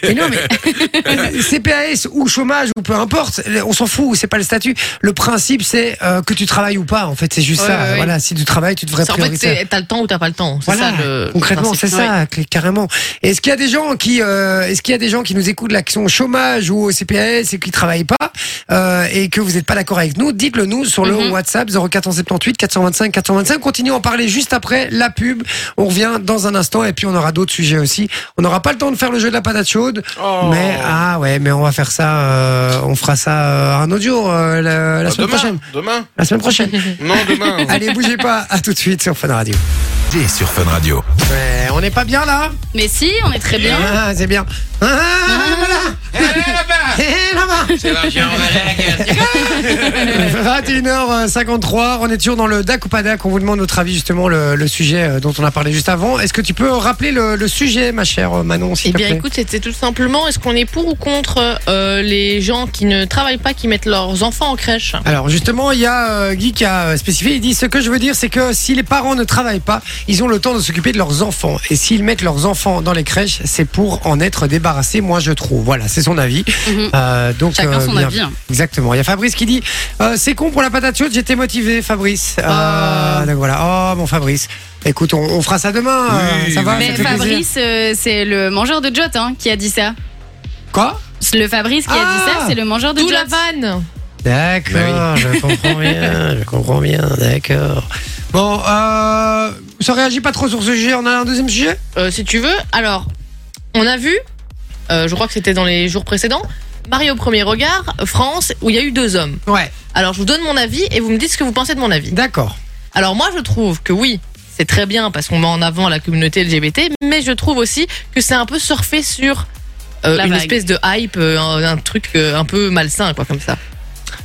S1: mais non, mais [laughs] CPAS ou chômage ou peu importe, on s'en fout, c'est pas le statut. Le principe, c'est euh, que tu travailles ou pas, en fait, c'est juste
S2: Ouais,
S1: ça.
S2: ouais, ouais.
S1: Voilà, si tu travailles, tu devrais
S4: C'est- En fait,
S1: prioritaire.
S4: c'est- t'as le temps ou t'as pas le temps. C'est
S1: Voilà,
S4: ça, le- le
S1: concrètement, c'est
S4: principe. Ouais.
S1: ça, cl- carrément. Est-ce qu'il y a des gens qui, euh, est-ce qu'il y a des gens qui nous écoutent là, qui sont au chômage ou au CPAS et qui travaillent pas euh, et que vous n'êtes pas d'accord avec nous Dites-le nous sur le
S2: Mhm.
S1: WhatsApp 0478 425 425. Continuez à en parler juste après la pub. On revient dans un instant et puis on aura d'autres sujets aussi. On n'aura pas le temps de faire le jeu de la patate chaude,
S3: Oh.
S1: mais ah ouais, mais on va faire ça. euh, on fera ça euh, un autre jour euh, la, la
S3: Bah,
S1: semaine
S3: demain,
S1: prochaine.
S3: demain
S1: La semaine prochaine.
S3: non demain.
S1: Allez, bougez pas. À tout de suite sur Fun Radio.
S7: Jay [laughs] sur Fun Radio.
S1: Ouais, on n'est pas bien là.
S2: Mais si, on est très bien.
S1: Ah, c'est bien. Ah, voilà.
S3: Eh, là-bas.
S1: Eh, là-bas.
S3: [laughs] C'est l'argent, on va aller à la guerre.
S1: [laughs] 21h53, on est toujours dans le DAC ou pas DAC. On vous demande notre avis, justement, le, le sujet euh, dont on a parlé juste avant. Est-ce que tu peux rappeler le, le sujet, ma chère euh, Manon, s'il
S4: Eh
S1: te
S4: bien,
S1: plaît
S4: écoute, c'était tout simplement est-ce qu'on est pour ou contre euh, les gens qui ne travaillent pas, qui mettent leurs enfants en crèche
S1: Alors, justement, il y a euh, Guy qui a euh, spécifié. Il dit Ce que je veux dire, c'est que si les parents ne travaillent pas, ils ont le temps de s'occuper de leurs enfants. Et s'ils mettent leurs enfants dans les crèches, c'est pour en être débarrassés, moi, je trouve. Voilà, c'est son avis.
S2: Mhm.
S1: Euh, donc,
S2: Chacun
S1: euh,
S2: son
S1: bien-
S2: avis. hein.
S1: Exactement. Il y a Fabrice qui dit euh, C'est con pour la patate chaude, j'étais motivé, Fabrice. Euh,
S2: Ah.
S1: donc voilà. Oh, mon Fabrice. Écoute, on, on fera ça demain. euh, ça va
S2: Mais
S1: ça te fait plaisir
S2: Fabrice, euh, c'est le mangeur de Jot hein, qui a dit ça.
S1: Quoi
S2: C'est Le Fabrice qui a
S1: Ah
S2: dit ça, c'est le mangeur de
S4: D'où
S2: Jot.
S4: la vanne
S3: Bah
S1: D'accord, je comprends bien. Je comprends bien, d'accord. Bon, euh, ça réagit pas trop sur ce sujet. On a un deuxième sujet
S4: Euh, Si tu veux, alors, on a vu, euh, je crois que c'était dans les jours précédents, Marie au premier regard, France, où il y a eu deux hommes.
S1: Ouais,
S4: Alors, je vous donne mon avis et vous me dites ce que vous pensez de mon avis.
S1: d'accord.
S4: Alors moi, je trouve que oui, c'est très bien parce qu'on met en avant la communauté LGBT, mais je trouve aussi que c'est un peu surfé sur euh,
S2: La
S4: une
S2: vague.
S4: espèce de hype, euh, un, un truc euh, un peu malsain, quoi, comme ça.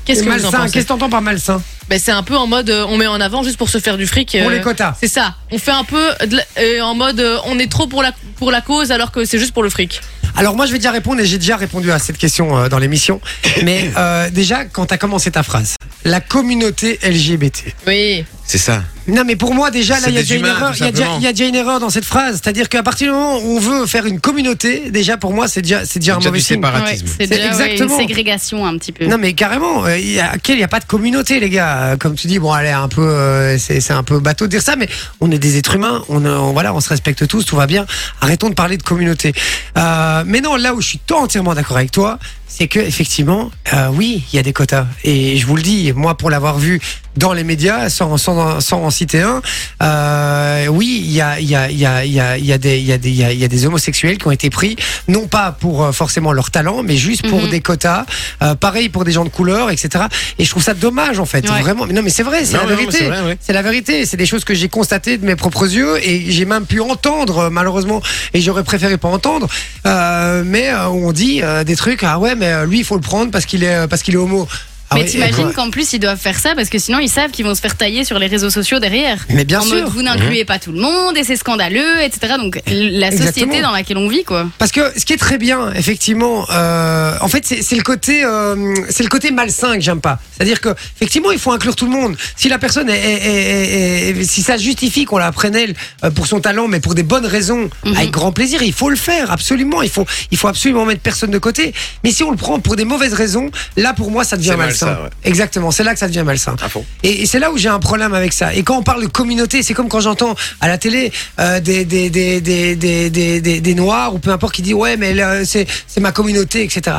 S4: Qu'est-ce que vous en
S1: Malsain,
S4: pensez
S1: qu'est-ce que t'entends par malsain
S4: Ben, C'est un peu en mode euh, on met en avant juste pour se faire du fric.
S1: Pour
S4: euh,
S1: les quotas.
S4: c'est ça, on fait un peu de la- euh, en mode euh, on est trop pour la pour la cause alors que c'est juste pour le fric.
S1: Alors moi je vais déjà répondre et j'ai déjà répondu à cette question euh, dans l'émission.
S3: [laughs]
S1: Mais euh, déjà quand t'as commencé ta phrase, la communauté LGBT.
S4: Oui.
S3: C'est ça.
S1: Non mais pour moi déjà là
S3: C'est
S1: il y a
S3: des
S1: déjà une
S3: humains,
S1: erreur,
S3: tout
S1: il y a déjà-
S3: simplement.
S1: il y a déjà une erreur dans cette phrase. C'est-à-dire qu'à partir du moment où on veut faire une communauté, déjà pour moi c'est déjà c'est déjà un
S3: C'est déjà
S1: mauvais
S3: du
S1: signe.
S3: séparatisme.
S2: c'est
S1: C'est
S2: déjà ouais,
S1: exactement.
S2: une ségrégation un petit peu.
S1: Non mais carrément, euh, il y a, quel- il y a pas de communauté les gars. Euh, Comme tu dis, bon allez un peu, euh, c'est c'est un peu bateau de dire ça, mais on est des êtres humains, on, euh, on- voilà, on se respecte tous, tout va bien. Arrêtons de parler de communauté. Euh, mais non, là où je suis tout entièrement d'accord avec toi, c'est que effectivement, euh, oui, il y a des quotas. Et je vous le dis, moi pour l'avoir vu dans les médias, sans sans sans en citer un, euh, oui, il y a il y a il y a il y a il y a des il y a des il y a- il y a des homosexuels qui ont été pris non pas pour euh, forcément leur talent, mais juste pour
S2: Mhm.
S1: des quotas. Euh, pareil pour des gens de couleur, etc. Et je trouve ça dommage en fait.
S2: Ouais.
S1: Vraiment. Non, mais c'est vrai, c'est
S3: Non,
S1: la
S3: mais non, mais c'est
S1: vérité.
S3: vrai, ouais.
S1: C'est la vérité. C'est des choses que j'ai constatées de mes propres yeux et j'ai même pu entendre euh, malheureusement. Et j'aurais préféré pas entendre. Euh, mais euh, on dit euh, des trucs. Ah ouais, mais euh, lui il faut le prendre parce qu'il est euh, parce qu'il est homo. Ah
S2: mais
S1: ouais,
S2: t'imagines
S1: et-
S2: qu'en plus ils doivent faire ça parce que sinon ils savent qu'ils vont se faire tailler sur les réseaux sociaux derrière.
S1: Mais bien
S2: en
S1: sûr.
S2: mode vous n'incluez pas tout le monde et c'est scandaleux, etc. Donc l- la société
S1: Exactement.
S2: dans laquelle on vit quoi.
S1: Parce que ce qui est très bien, effectivement, euh, en fait, c'est c'est le côté, euh, c'est le côté malsain que j'aime pas. C'est-à-dire que, effectivement, il faut inclure tout le monde. Si la personne, est, est- est- est- est- si ça justifie qu'on la prenne elle euh, pour son talent, mais pour des bonnes raisons,
S2: Mhm.
S1: avec grand plaisir, il faut le faire absolument. Il faut, il faut absolument mettre personne de côté. Mais si on le prend pour des mauvaises raisons, là, pour moi, ça devient
S3: C'est
S1: malsain.
S3: malsain, ouais.
S1: Exactement. C'est là que ça devient malsain.
S3: À fond.
S1: Et, et c'est là où j'ai un problème avec ça. Et quand on parle de communauté, c'est comme quand j'entends à la télé euh, des, des, des, des, des, des, des- des noirs ou peu importe qui dit ouais mais là, c'est c'est ma communauté, etc.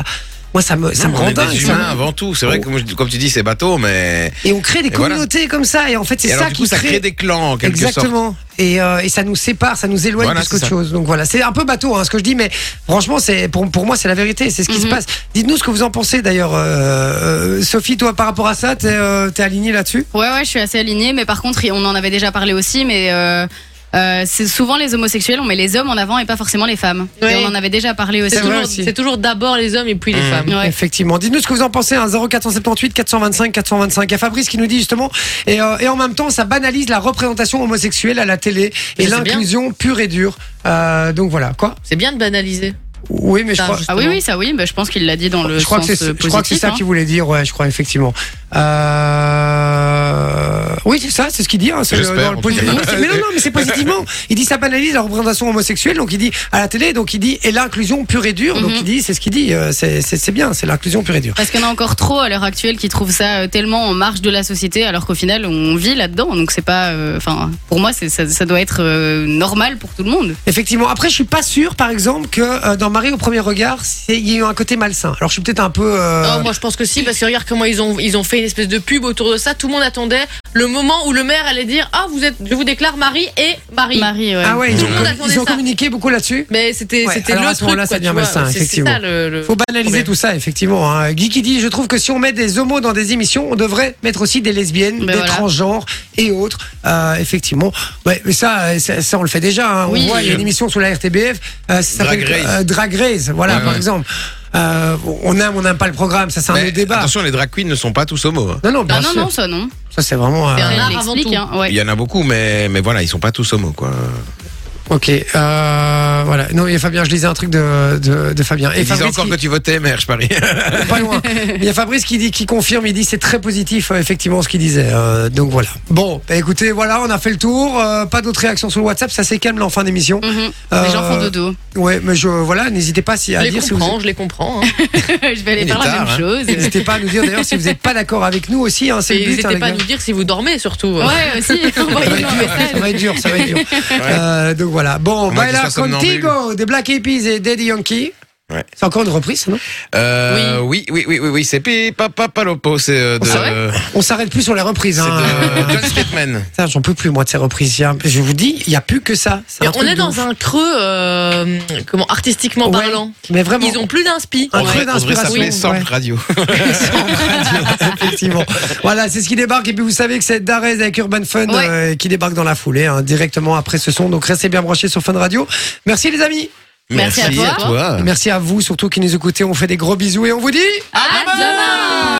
S1: Moi ça me, ça me
S3: on
S1: rend
S3: est
S1: dingue.
S3: des
S1: ça.
S3: humains avant tout. C'est vrai que, moi, je- comme tu dis, c'est bateau, mais.
S1: Et on crée des
S3: Et voilà.
S1: communautés comme ça. Et en fait c'est
S3: Et
S1: ça
S3: alors, du
S1: qui
S3: coup, ça crée des clans, en quelque sorte.
S1: Exactement. Et, euh, et ça nous sépare, ça nous éloigne
S3: Voilà,
S1: plus qu'autre
S3: c'est ça.
S1: chose. Donc voilà, c'est un peu bateau hein, ce que je dis, mais franchement, c'est pour, pour moi, c'est la vérité, c'est ce qui
S2: Mhm.
S1: se passe. Dites-nous ce que vous en pensez d'ailleurs. Euh, euh, Sophie, toi, par rapport à ça, t'es euh, t'es alignée là-dessus
S2: Ouais, ouais, je suis assez alignée, mais par contre, on en avait déjà parlé aussi, mais euh, euh, c'est souvent les homosexuels, on met les hommes en avant et pas forcément les femmes.
S4: Ouais.
S2: Et on en avait déjà parlé aussi.
S4: C'est toujours,
S1: vrai aussi.
S4: c'est toujours d'abord les hommes et puis les
S3: Mmh.
S4: femmes.
S2: Ouais.
S1: Effectivement. Dites-nous ce que vous en pensez, hein, 0478 425 425. Il y a Fabrice qui nous dit justement, et, euh, et en même temps, ça banalise la représentation homosexuelle à la télé et
S4: Mais c'est
S1: l'inclusion pure et dure. Euh, donc voilà, quoi.
S4: C'est bien de banaliser.
S1: Oui, mais je
S4: Ça,
S1: crois.
S4: je-
S2: Ah oui, oui, ça oui, bah, je pense qu'il l'a dit dans le
S1: Je crois, que
S2: sens
S1: c'est,
S2: euh,
S1: je crois que c'est
S2: positif,
S1: ça
S2: hein.
S1: qu'il voulait dire, ouais, je crois, effectivement. Euh... Oui, c'est ça, c'est ce qu'il dit. Hein, c'est le-
S3: J'espère,
S1: dans le
S3: en tout
S1: positif.
S3: cas.
S1: Non, c'est- mais non, non, mais
S3: [laughs]
S1: c'est positivement. Il dit ça banalise la représentation homosexuelle, donc il dit à la télé, donc il dit, et l'inclusion pure et dure, donc
S2: Mhm.
S1: il dit, c'est ce qu'il dit, euh, c'est, c'est, c'est bien, c'est l'inclusion pure et dure.
S2: Parce qu'il y en a encore trop à l'heure actuelle qui trouvent ça euh, tellement en marge de la société, alors qu'au final, on vit là-dedans. Donc c'est pas, euh, enfin, pour moi, c'est- ça, ça doit être euh, normal pour tout le monde.
S1: Effectivement. Après, je suis pas sûr, par exemple, que euh, dans Marie au premier regard, c'est- il y a eu un côté malsain. Alors, je suis peut-être un peu. euh,
S4: Oh, moi je pense que si, parce que regarde comment ils ont, ils ont fait une espèce de pub autour de ça. Tout le monde attendait le moment où le maire allait dire Ah, vous êtes, je vous déclare Marie et Marie.
S2: Marie, ouais.
S1: Ah ouais, ils
S4: Tout
S1: ont,
S4: le monde attendait
S1: ils ont
S4: ça.
S1: communiqué beaucoup là-dessus.
S4: Mais c'était
S1: Ouais,
S4: c'était
S1: alors, à
S4: le
S1: ce moment-là, ça
S4: truc. quoi,
S1: devient
S4: tu vois.
S1: malsain,
S4: C'est- c'est
S1: effectivement.
S4: ça, le- le-
S1: Faut banaliser
S4: Problème.
S1: tout ça, effectivement. Hein. Guy qui dit, je trouve que si on met des homos dans des émissions, on devrait mettre aussi des lesbiennes,
S2: Ben
S1: des
S2: voilà.
S1: transgenres et autres. Euh, effectivement. Ouais, mais ça, euh, ça, ça, on le fait déjà. hein.
S2: Oui.
S1: on voit, il y a une émission sur la RTBF. Euh, ça s'appelle
S3: Drag Race.
S1: euh, Drag Race, voilà,
S3: Ouais,
S1: par
S3: ouais.
S1: exemple. Euh, on aime, on n'aime pas le programme, ça c'est un
S3: Mais
S1: autre débat.
S3: Attention, les drag queens ne sont pas tous homos. hein.
S1: Non, non, bien
S2: Ah non,
S1: sûr.
S2: non, ça non.
S1: Ça c'est vraiment. euh,
S4: C'est un
S2: Elle
S4: art
S2: l'explique,
S4: avant
S2: hein, ouais.
S3: Il y en a beaucoup, mais, mais voilà, ils sont pas tous homos, quoi.
S1: Ok, euh, voilà. Non, il y a Fabien, je lisais un truc de, de, de Fabien.
S3: Ils disent
S1: Fabrice
S3: encore
S1: qui-
S3: que tu votais, mère, je parie. [laughs]
S1: [laughs] pas loin. Il y a Fabrice qui dit, qui confirme, il dit c'est très positif euh, effectivement ce qu'il disait. Euh, donc voilà. Bon, bah, écoutez, voilà, on a fait le tour. Euh, pas d'autres réactions sur le WhatsApp, ça s'est calme là en fin d'émission.
S2: Mhm.
S1: Euh,
S2: Les gens font dodo.
S1: Ouais, mais je voilà, n'hésitez pas si, à
S4: Je les
S1: dire si
S4: comprends,
S1: vous.
S4: je les
S1: [laughs]
S4: comprends. hein.
S2: [laughs] je vais aller
S3: Il est
S2: faire la
S3: tard,
S2: même [laughs]
S3: hein.
S2: chose.
S1: N'hésitez pas à nous dire d'ailleurs si vous n'êtes pas d'accord avec nous aussi. Hein, c'est
S4: Et
S1: le but. hein,
S4: N'hésitez
S1: les
S4: pas à
S1: gars.
S4: nous dire si vous dormez surtout. hein.
S2: [laughs] Ouais, aussi.
S1: ça va, être
S2: envoyez-nous un
S1: dur, ça
S2: message.
S1: va être dur, ça va être dur. Euh, donc voilà. Bon,
S3: moins
S1: Baila
S3: qu'il soit
S1: Contigo, des Black Eyed Peas et Daddy Yankee.
S3: Ouais.
S1: C'est encore une reprise, ça, non
S3: Euh, oui, oui, oui, oui, oui, c'est Pipa Papalopo, c'est euh, de.
S2: Ah ouais
S1: On s'arrête plus sur les reprises.
S3: c'est
S1: hein.
S3: de John Stateman.
S1: Putain, J'en peux plus, moi, de ces reprises. hein. Je vous dis, il n'y a plus que ça. C'est
S4: Mais
S1: un
S4: on
S1: truc
S4: est
S1: de
S4: dans
S1: ouf.
S4: un creux, euh, comment, artistiquement
S1: Ouais,
S4: parlant.
S1: Mais vraiment.
S4: Ils ont plus d'inspi.
S1: Un
S3: On
S1: creux
S3: devrait- on devrait
S1: d'inspiration,
S3: s'appeler Sample
S1: ouais.
S3: Radio.
S4: [laughs]
S1: Effectivement. Voilà, c'est ce qui débarque. Et puis vous savez que c'est Darez avec Urban Fun
S2: Ouais.
S1: euh, qui débarque dans la foulée, hein, directement après ce son. Donc restez bien branchés sur Fun Radio. Merci les amis.
S2: Merci à toi.
S1: Et Merci à vous surtout qui nous écoutez. On vous fait des gros bisous et on vous dit.
S2: À demain